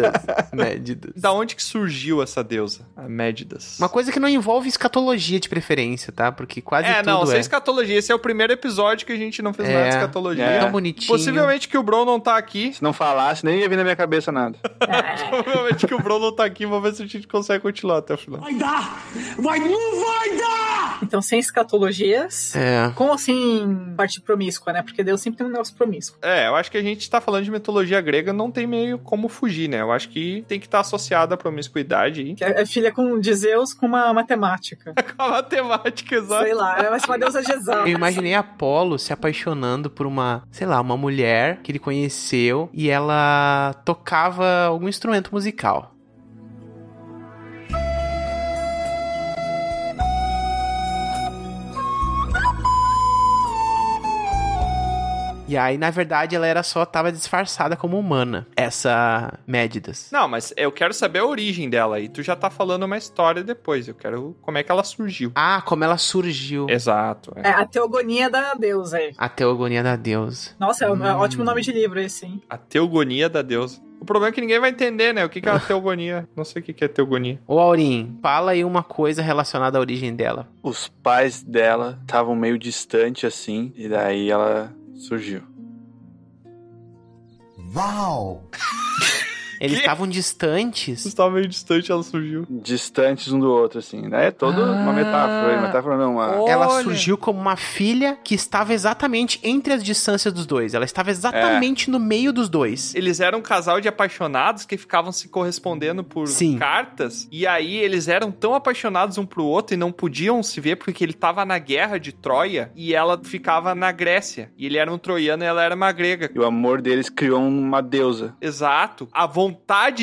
Speaker 4: médidas.
Speaker 1: Da onde que surgiu essa deusa? A Médidas.
Speaker 4: Então, Uma coisa que não envolve escatologia de preferência, tá? Porque quase
Speaker 1: é,
Speaker 4: tudo
Speaker 1: não, sem
Speaker 4: é.
Speaker 1: escatologia. Esse é o primeiro episódio que a gente não fez
Speaker 4: É.
Speaker 1: nada de escatologia.
Speaker 4: É. Tão
Speaker 1: É.
Speaker 4: bonitinho.
Speaker 1: Possivelmente que o Bron não tá aqui.
Speaker 3: Se não falasse, nem ia vir na minha cabeça nada.
Speaker 4: É.
Speaker 1: Provavelmente que o Bron não tá aqui. Vamos ver se a gente consegue continuar até o final.
Speaker 5: Vai dar! Vai, não vai dar!
Speaker 2: Então, sem escatologias.
Speaker 4: É.
Speaker 2: Como assim, parte promíscua, né? Porque Deus sempre tem um negócio promíscuo.
Speaker 1: É, eu acho que a gente tá falando de mitologia grega, não tem meio como fugir, né? Eu acho que tem que estar associada à promiscuidade aí.
Speaker 2: Que é é filha com, de Zeus com uma matemática.
Speaker 1: Com a matemática, exato.
Speaker 2: Sei lá, ela vai ser uma deusa de exatas.
Speaker 4: Eu imaginei Apolo se apaixonando por uma, sei lá, uma mulher que ele conheceu e ela tocava algum instrumento musical. E aí, na verdade, ela era só tava disfarçada como humana, essa Médidas.
Speaker 1: Não, mas eu quero saber a origem dela e tu já tá falando uma história depois. Eu quero como é que ela surgiu.
Speaker 4: Ah, como ela surgiu.
Speaker 1: Exato.
Speaker 2: É a teogonia da deusa aí.
Speaker 4: A teogonia da deusa.
Speaker 2: Nossa, é um é um
Speaker 1: Hum.
Speaker 2: ótimo nome de livro esse, hein?
Speaker 1: A teogonia da deusa. O problema é que ninguém vai entender, né? O que, que é a teogonia? Não sei o que, que é teogonia.
Speaker 4: Ô, Aurim, fala aí uma coisa relacionada à origem dela.
Speaker 3: Os pais dela estavam meio distante assim, e daí ela surgiu.
Speaker 12: Uau!
Speaker 4: Eles estavam distantes.
Speaker 1: Estava meio distante, ela surgiu.
Speaker 3: Distantes um do outro, assim. Daí é toda uma
Speaker 4: Ah.
Speaker 3: metáfora. Metáfora não, uma.
Speaker 4: Ela
Speaker 1: Olha.
Speaker 4: surgiu como uma filha que estava exatamente entre as distâncias dos dois. Ela estava exatamente no meio dos dois.
Speaker 1: Eles eram um casal de apaixonados que ficavam se correspondendo por
Speaker 4: Sim.
Speaker 1: cartas. E aí eles eram tão apaixonados um pro outro e não podiam se ver porque ele tava na guerra de Troia e ela ficava na Grécia. E ele era um troiano e ela era uma grega.
Speaker 3: E o amor deles criou uma deusa.
Speaker 1: Exato. A vontade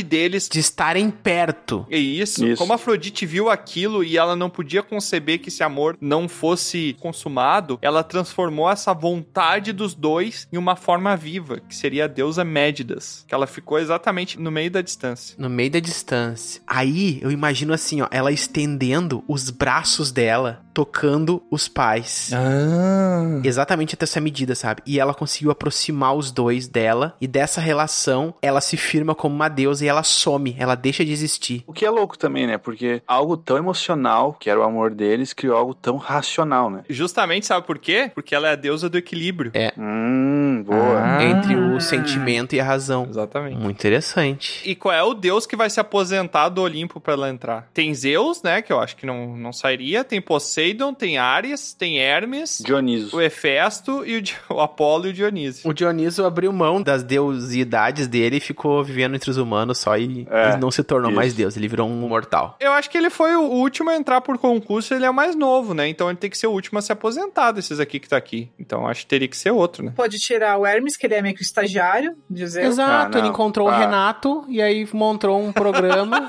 Speaker 1: deles
Speaker 4: De estarem perto.
Speaker 1: É isso.
Speaker 3: Isso.
Speaker 1: Como a Afrodite viu aquilo e ela não podia conceber que esse amor não fosse consumado, ela transformou essa vontade dos dois em uma forma viva, que seria a deusa Médidas, que ela ficou exatamente no meio da distância.
Speaker 4: No meio da distância. Aí eu imagino assim, ó, ela estendendo os braços dela, tocando os pais.
Speaker 1: Ah.
Speaker 4: Exatamente até essa medida, sabe? E ela conseguiu aproximar os dois dela. E dessa relação, ela se firma como uma deusa e ela some, ela deixa de existir.
Speaker 3: O que é louco também, né? Porque algo tão emocional, que era o amor deles, criou algo tão racional, né?
Speaker 1: Justamente, sabe por quê? Porque ela é a deusa do equilíbrio.
Speaker 4: É.
Speaker 3: Hum, boa.
Speaker 1: Ah.
Speaker 4: Entre o sentimento e a razão.
Speaker 1: Exatamente.
Speaker 4: Muito interessante.
Speaker 1: E qual é o deus que vai se aposentar do Olimpo pra ela entrar? Tem Zeus, né? Que eu acho que não, não sairia. Tem Poseidon, tem Ares, tem Hermes,
Speaker 3: Dioniso.
Speaker 1: o Hefesto, e o, Di- o Apolo e o Dionísio.
Speaker 4: O Dioniso abriu mão das deusidades dele e ficou vivendo entre os humanos só e
Speaker 3: É,
Speaker 4: ele não se tornou
Speaker 3: isso.
Speaker 4: mais deus, ele virou um mortal.
Speaker 1: Eu acho que ele foi o último a entrar por concurso, ele é o mais novo, né? Então ele tem que ser o último a se aposentar desses aqui que tá aqui. Então acho que teria que ser outro, né?
Speaker 2: Pode tirar o Hermes, que ele é meio que o estagiário de Zeus.
Speaker 4: Exato,
Speaker 3: Ah,
Speaker 4: ele
Speaker 3: não.
Speaker 4: encontrou o
Speaker 3: Ah.
Speaker 4: Renato e aí montou um programa.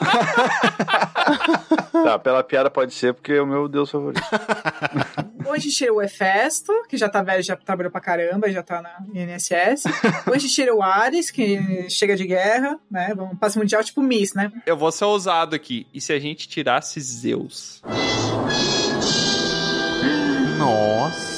Speaker 3: Tá, pela piada pode ser, porque é o meu deus favorito.
Speaker 2: Ou a gente tira o Hefesto, que já tá velho, já trabalhou pra caramba, já tá na INSS. Ou a gente tira o Ares, que chega de guerra, né? Vamos passe mundial tipo Miss, né?
Speaker 1: Eu vou ser ousado aqui. E se a gente tirasse Zeus?
Speaker 4: Nossa.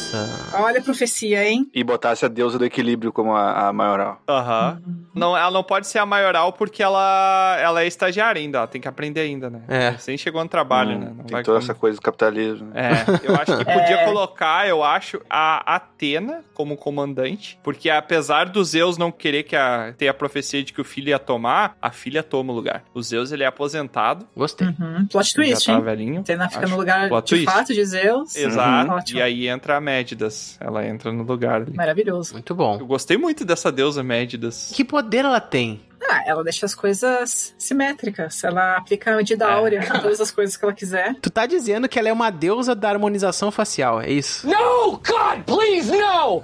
Speaker 2: Olha a profecia, hein?
Speaker 3: E botasse a deusa do equilíbrio como a, a maioral.
Speaker 1: Aham. Não, ela não pode ser a maioral porque ela, ela é estagiária ainda, ela tem que aprender ainda, né?
Speaker 4: É.
Speaker 1: Sem chegou no trabalho, né?
Speaker 3: Hum,
Speaker 1: Não
Speaker 3: tem
Speaker 1: vai
Speaker 3: toda
Speaker 1: como-
Speaker 3: essa coisa do capitalismo. né?
Speaker 1: É, eu acho que podia
Speaker 2: É.
Speaker 1: colocar, eu acho, a Atena como comandante, porque apesar do Zeus não querer que a, ter a profecia de que o filho ia tomar, a filha toma o lugar. O Zeus, ele é aposentado,
Speaker 4: Gostei.
Speaker 2: Uhum. Plot
Speaker 1: ele
Speaker 2: twist,
Speaker 1: já tá
Speaker 2: hein?
Speaker 1: velhinho.
Speaker 2: Atena fica
Speaker 1: Acho.
Speaker 2: no lugar
Speaker 1: Plot twist.
Speaker 2: de fato de Zeus.
Speaker 1: Exato,
Speaker 2: Uhum. Ótimo.
Speaker 1: e aí entra a Médidas, ela entra no lugar ali.
Speaker 2: Maravilhoso.
Speaker 4: Muito bom.
Speaker 1: Eu gostei muito dessa deusa Médidas.
Speaker 4: Que poder ela tem?
Speaker 2: Não, Ah, ela deixa as coisas simétricas. Ela aplica a medida
Speaker 1: É.
Speaker 2: áurea em todas as coisas que ela quiser.
Speaker 4: Tu tá dizendo que ela é uma deusa da harmonização facial, é isso?
Speaker 5: No, God, please, no!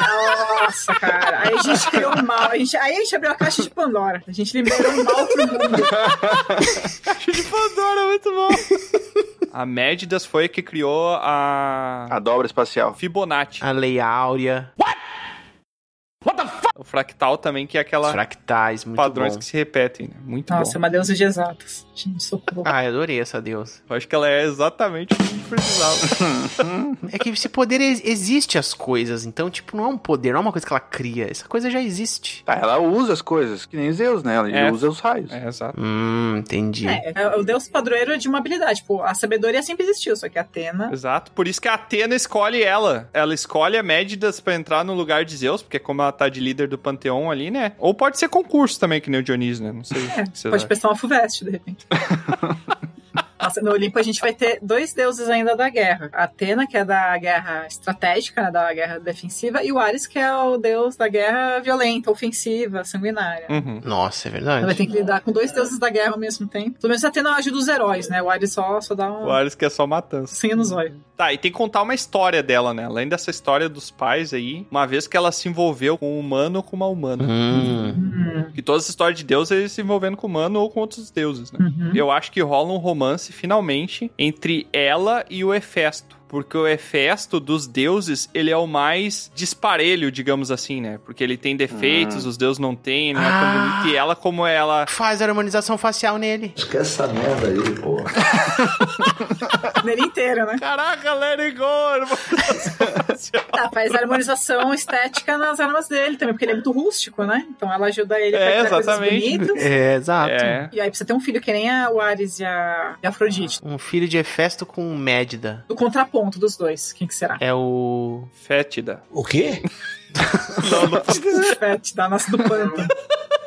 Speaker 2: Nossa, cara. Aí a gente criou um mal. A gente, aí a gente abriu a caixa de Pandora. A gente liberou um mal pro mundo.
Speaker 1: caixa de Pandora, muito bom. A Médidas foi a que criou a.
Speaker 3: A dobra espacial.
Speaker 1: Fibonacci.
Speaker 4: A Lei Áurea. What?
Speaker 1: What the fuck? O fractal também, que é aquela.
Speaker 4: Fractais, é muito
Speaker 1: padrões
Speaker 4: bom.
Speaker 1: que se repetem, né? Muito
Speaker 2: Nossa, é
Speaker 1: bom.
Speaker 2: uma deusa de exatas. Gente, socorro.
Speaker 4: Ah, eu adorei essa deusa.
Speaker 1: Eu acho que ela é exatamente o que a gente precisava.
Speaker 4: É que esse poder ex- existe as coisas, então, tipo, não é um poder, não é uma coisa que ela cria. Essa coisa já existe.
Speaker 3: Tá, ela usa as coisas, que nem Zeus, né? Ela
Speaker 1: É.
Speaker 3: usa os raios.
Speaker 1: é, exato.
Speaker 4: Hum, entendi.
Speaker 2: É, é o deus padroeiro de uma habilidade. Tipo, a sabedoria sempre existiu, só que a Atena.
Speaker 1: Exato. Por isso que a Atena escolhe ela. Ela escolhe a Médidas pra entrar no lugar de Zeus, porque como ela tá de líder do panteão ali, né? Ou pode ser concurso também, que nem o Dionísio, né? Não sei. o que vocês
Speaker 2: Pode
Speaker 1: acham.
Speaker 2: prestar uma FUVEST, de repente. Nossa, no Olimpo a gente vai ter dois deuses ainda da guerra. A Atena, que é da guerra estratégica, né, da guerra defensiva, e o Ares, que é o deus da guerra violenta, ofensiva, sanguinária.
Speaker 1: Uhum.
Speaker 4: Nossa, é
Speaker 2: Ela vai
Speaker 4: verdade.
Speaker 2: ter que lidar com dois deuses da guerra ao mesmo tempo. Pelo menos tá a Atena ajuda os heróis, né? O Ares só, só dá
Speaker 1: O
Speaker 2: um
Speaker 1: Ares que é só matança.
Speaker 2: sinho nos olhos.
Speaker 1: Tá, e tem que contar uma história dela, né? Além dessa história dos pais aí, uma vez que ela se envolveu com um humano ou com uma humana.
Speaker 4: Hum,
Speaker 1: E toda essa história de Deus é ele se envolvendo com humano ou com outros deuses, né?
Speaker 2: Uhum.
Speaker 1: Eu acho que rola um romance, finalmente, entre ela e o Hefesto. Porque o Hefesto dos deuses, ele é o mais disparelho, digamos assim, né? Porque ele tem defeitos, os deuses não têm, não é tão
Speaker 4: Ah.
Speaker 1: bonito. E ela, como ela.
Speaker 4: faz a harmonização facial nele.
Speaker 12: Esquece essa merda aí, pô.
Speaker 2: Nele inteiro, né?
Speaker 1: Caraca, let it go! irmão.
Speaker 2: Tá, faz harmonização estética nas armas dele também, porque ele é muito rústico, né? Então ela ajuda
Speaker 1: É,
Speaker 2: ele a criar coisas
Speaker 1: exatamente.
Speaker 2: bonitas.
Speaker 4: É, exato.
Speaker 1: É.
Speaker 2: E aí precisa ter um filho que nem a, o Ares e a, e a Afrodite.
Speaker 4: Um filho de Hefesto com um Médida.
Speaker 2: Do contraponto dos dois, quem que será?
Speaker 4: É o.
Speaker 1: Fétida.
Speaker 12: O quê?
Speaker 2: O Fete da nossa do pântano.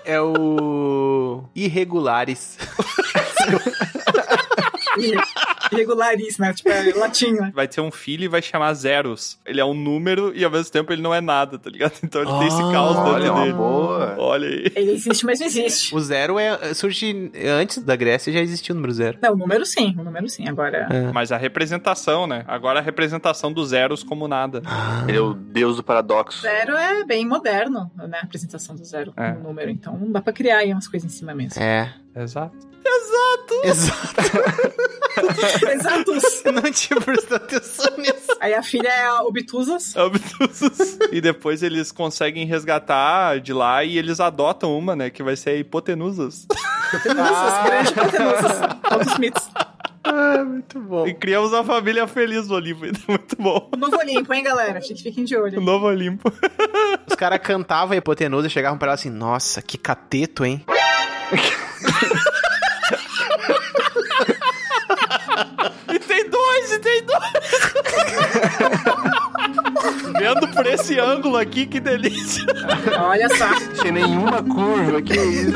Speaker 4: É o. Irregulares.
Speaker 2: E- Irregularis, né? Tipo, é latim, né?
Speaker 1: Vai ter um filho e vai chamar Zeros. Ele é um número e ao mesmo tempo ele não é nada, tá ligado? Então ele tem esse caos dentro
Speaker 3: Olha, é uma
Speaker 1: dele.
Speaker 3: boa.
Speaker 1: Olha aí.
Speaker 2: Ele existe, mas não existe.
Speaker 4: O zero é, surge antes da Grécia já existia o número zero.
Speaker 2: Não, o número sim, o número sim. Agora,
Speaker 1: Mas a representação, né? Agora a representação dos zeros como nada.
Speaker 3: Ele é o deus do paradoxo.
Speaker 2: zero é bem moderno, né? A apresentação do zero
Speaker 1: É.
Speaker 2: como número. Então dá pra criar aí umas coisas em cima mesmo.
Speaker 4: É.
Speaker 1: Exato.
Speaker 4: Exato.
Speaker 2: Exatos.
Speaker 4: Eu não tinha prestado atenção nisso.
Speaker 2: Aí a filha é a Obtusas.
Speaker 1: Obtusos. e depois eles conseguem resgatar de lá e eles adotam uma, né? Que vai ser a hipotenusas.
Speaker 2: Obtusas, grande Obtusas. Outros mitos.
Speaker 4: Muito bom.
Speaker 1: E criamos uma família feliz no Olimpo. Muito bom.
Speaker 2: Um Novo Olimpo, hein, galera? Gente, fiquem de
Speaker 1: O
Speaker 2: olho.
Speaker 1: novo Olimpo.
Speaker 4: Os caras cantavam a hipotenusa e chegavam pra ela assim, nossa, que cateto, hein?
Speaker 1: E tem dois, e tem dois. Vendo por esse ângulo aqui, que delícia.
Speaker 2: Olha só.
Speaker 3: Sem nenhuma curva, que isso.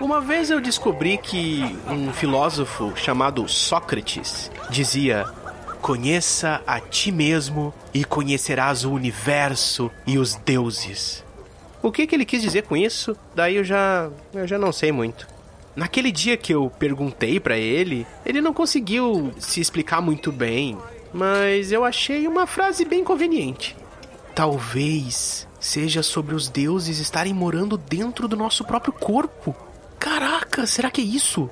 Speaker 4: Uma vez eu descobri que um filósofo chamado Sócrates dizia: Conheça a ti mesmo e conhecerás o universo e os deuses. O que, que ele quis dizer com isso? Daí eu já, eu já não sei muito. Naquele dia que eu perguntei pra ele, ele não conseguiu se explicar muito bem, mas eu achei uma frase bem conveniente. Talvez seja sobre os deuses estarem morando dentro do nosso próprio corpo. Caraca, será que é isso?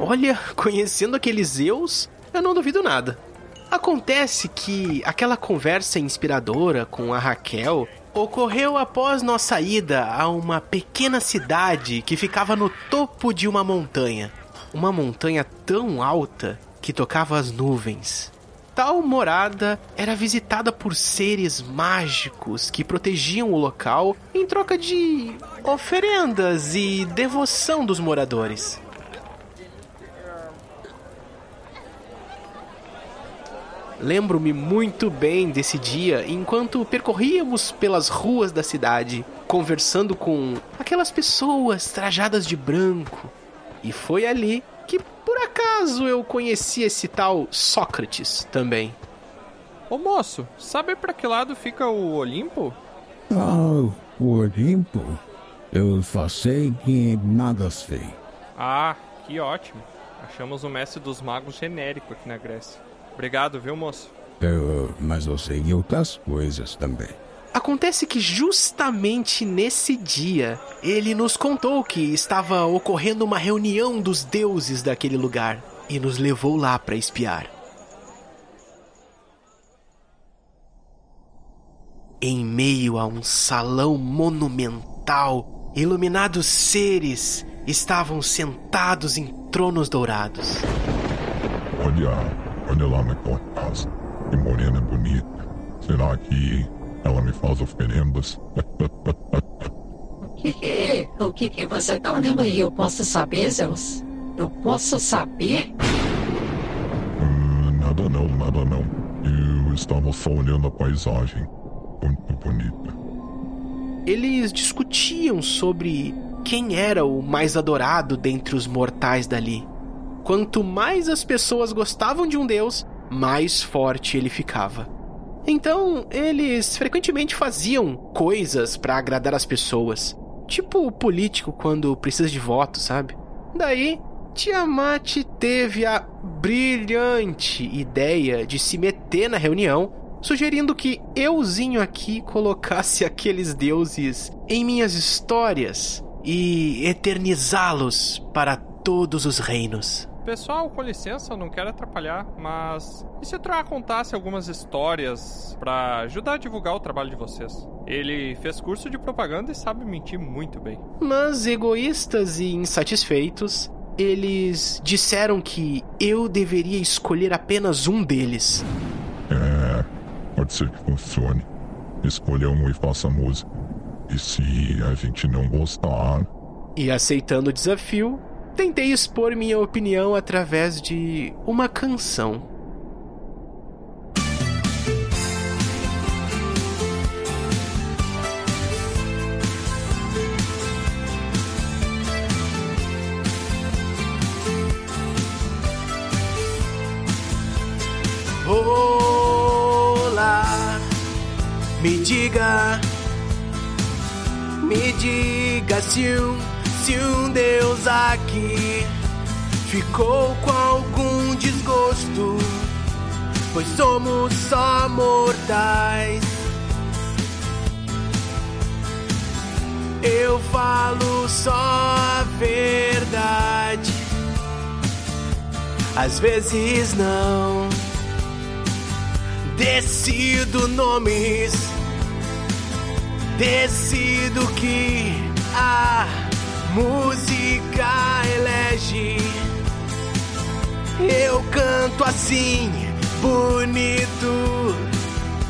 Speaker 4: Olha, conhecendo aqueles Zeus, eu não duvido nada. Acontece que aquela conversa inspiradora com a Raquel ocorreu após nossa ida a uma pequena cidade que ficava no topo de uma montanha. Uma montanha tão alta que tocava as nuvens. Tal morada era visitada por seres mágicos que protegiam o local em troca de oferendas e devoção dos moradores. Lembro-me muito bem desse dia enquanto percorríamos pelas ruas da cidade, conversando com aquelas pessoas trajadas de branco. E foi ali que, por acaso, eu conheci esse tal Sócrates também.
Speaker 1: Ô moço, sabe para que lado fica o Olimpo?
Speaker 16: Ah, o Olimpo? Eu só sei que nada sei.
Speaker 1: Ah, que ótimo. Achamos o mestre dos magos genérico aqui na Grécia. Obrigado, viu, moço?
Speaker 16: Eu, mas eu sei de outras coisas também.
Speaker 4: Acontece que justamente nesse dia, ele nos contou que estava ocorrendo uma reunião dos deuses daquele lugar e nos levou lá para espiar. Em meio a um salão monumental, iluminados seres estavam sentados em tronos dourados.
Speaker 17: Olha, olha lá naquela casa. Que morena bonita. Será que ela me faz oferendas?
Speaker 18: O que, que, o que, que você tá olhando aí? Eu posso saber, é Zeus? Eu posso saber?
Speaker 17: Hum, nada não, nada não. Eu estava só olhando a paisagem. Muito bonita.
Speaker 4: Eles discutiam sobre quem era o mais adorado dentre os mortais dali. Quanto mais as pessoas gostavam de um deus, mais forte ele ficava. Então, eles frequentemente faziam coisas para agradar as pessoas, tipo o político quando precisa de voto, sabe? Daí, Tiamat teve a brilhante ideia de se meter na reunião, sugerindo que euzinho aqui colocasse aqueles deuses em minhas histórias e eternizá-los para todos os reinos.
Speaker 1: Pessoal, com licença, não quero atrapalhar, mas e se Troá contasse algumas histórias para ajudar a divulgar o trabalho de vocês? Ele fez curso de propaganda e sabe mentir muito bem.
Speaker 4: Mas egoístas e insatisfeitos, eles disseram que eu deveria escolher apenas um deles.
Speaker 17: É, pode ser que funcione. Escolha um e faça música. E se a gente não gostar?
Speaker 4: E aceitando o desafio, tentei expor minha opinião através de uma canção. Olá, me diga, me diga se um se um Deus aqui ficou com algum desgosto, pois somos só mortais. Eu falo só a verdade, às vezes não. Decido nomes, decido que há. Ah, música elege. Eu canto assim, bonito,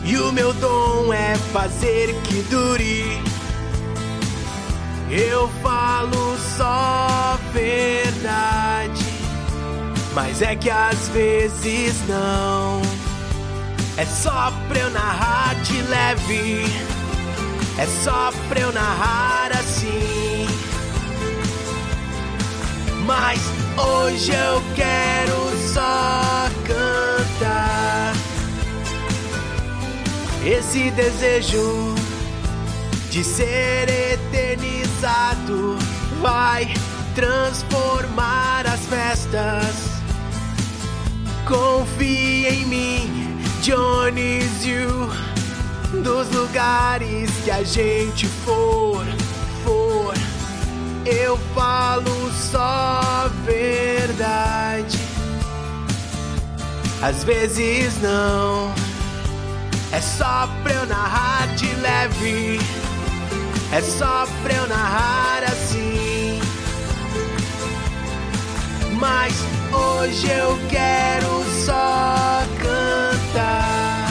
Speaker 4: e o meu dom é fazer que dure. Eu falo só verdade, mas é que às vezes não. É só pra eu narrar de leve, é só pra eu narrar assim. Mas hoje eu quero só cantar esse desejo de ser eternizado vai transformar as festas. Confie em mim, Dionísio, dos lugares que a gente for, for eu falo só verdade. Às vezes não, é só pra eu narrar de leve, é só pra eu narrar assim. Mas hoje eu quero só cantar.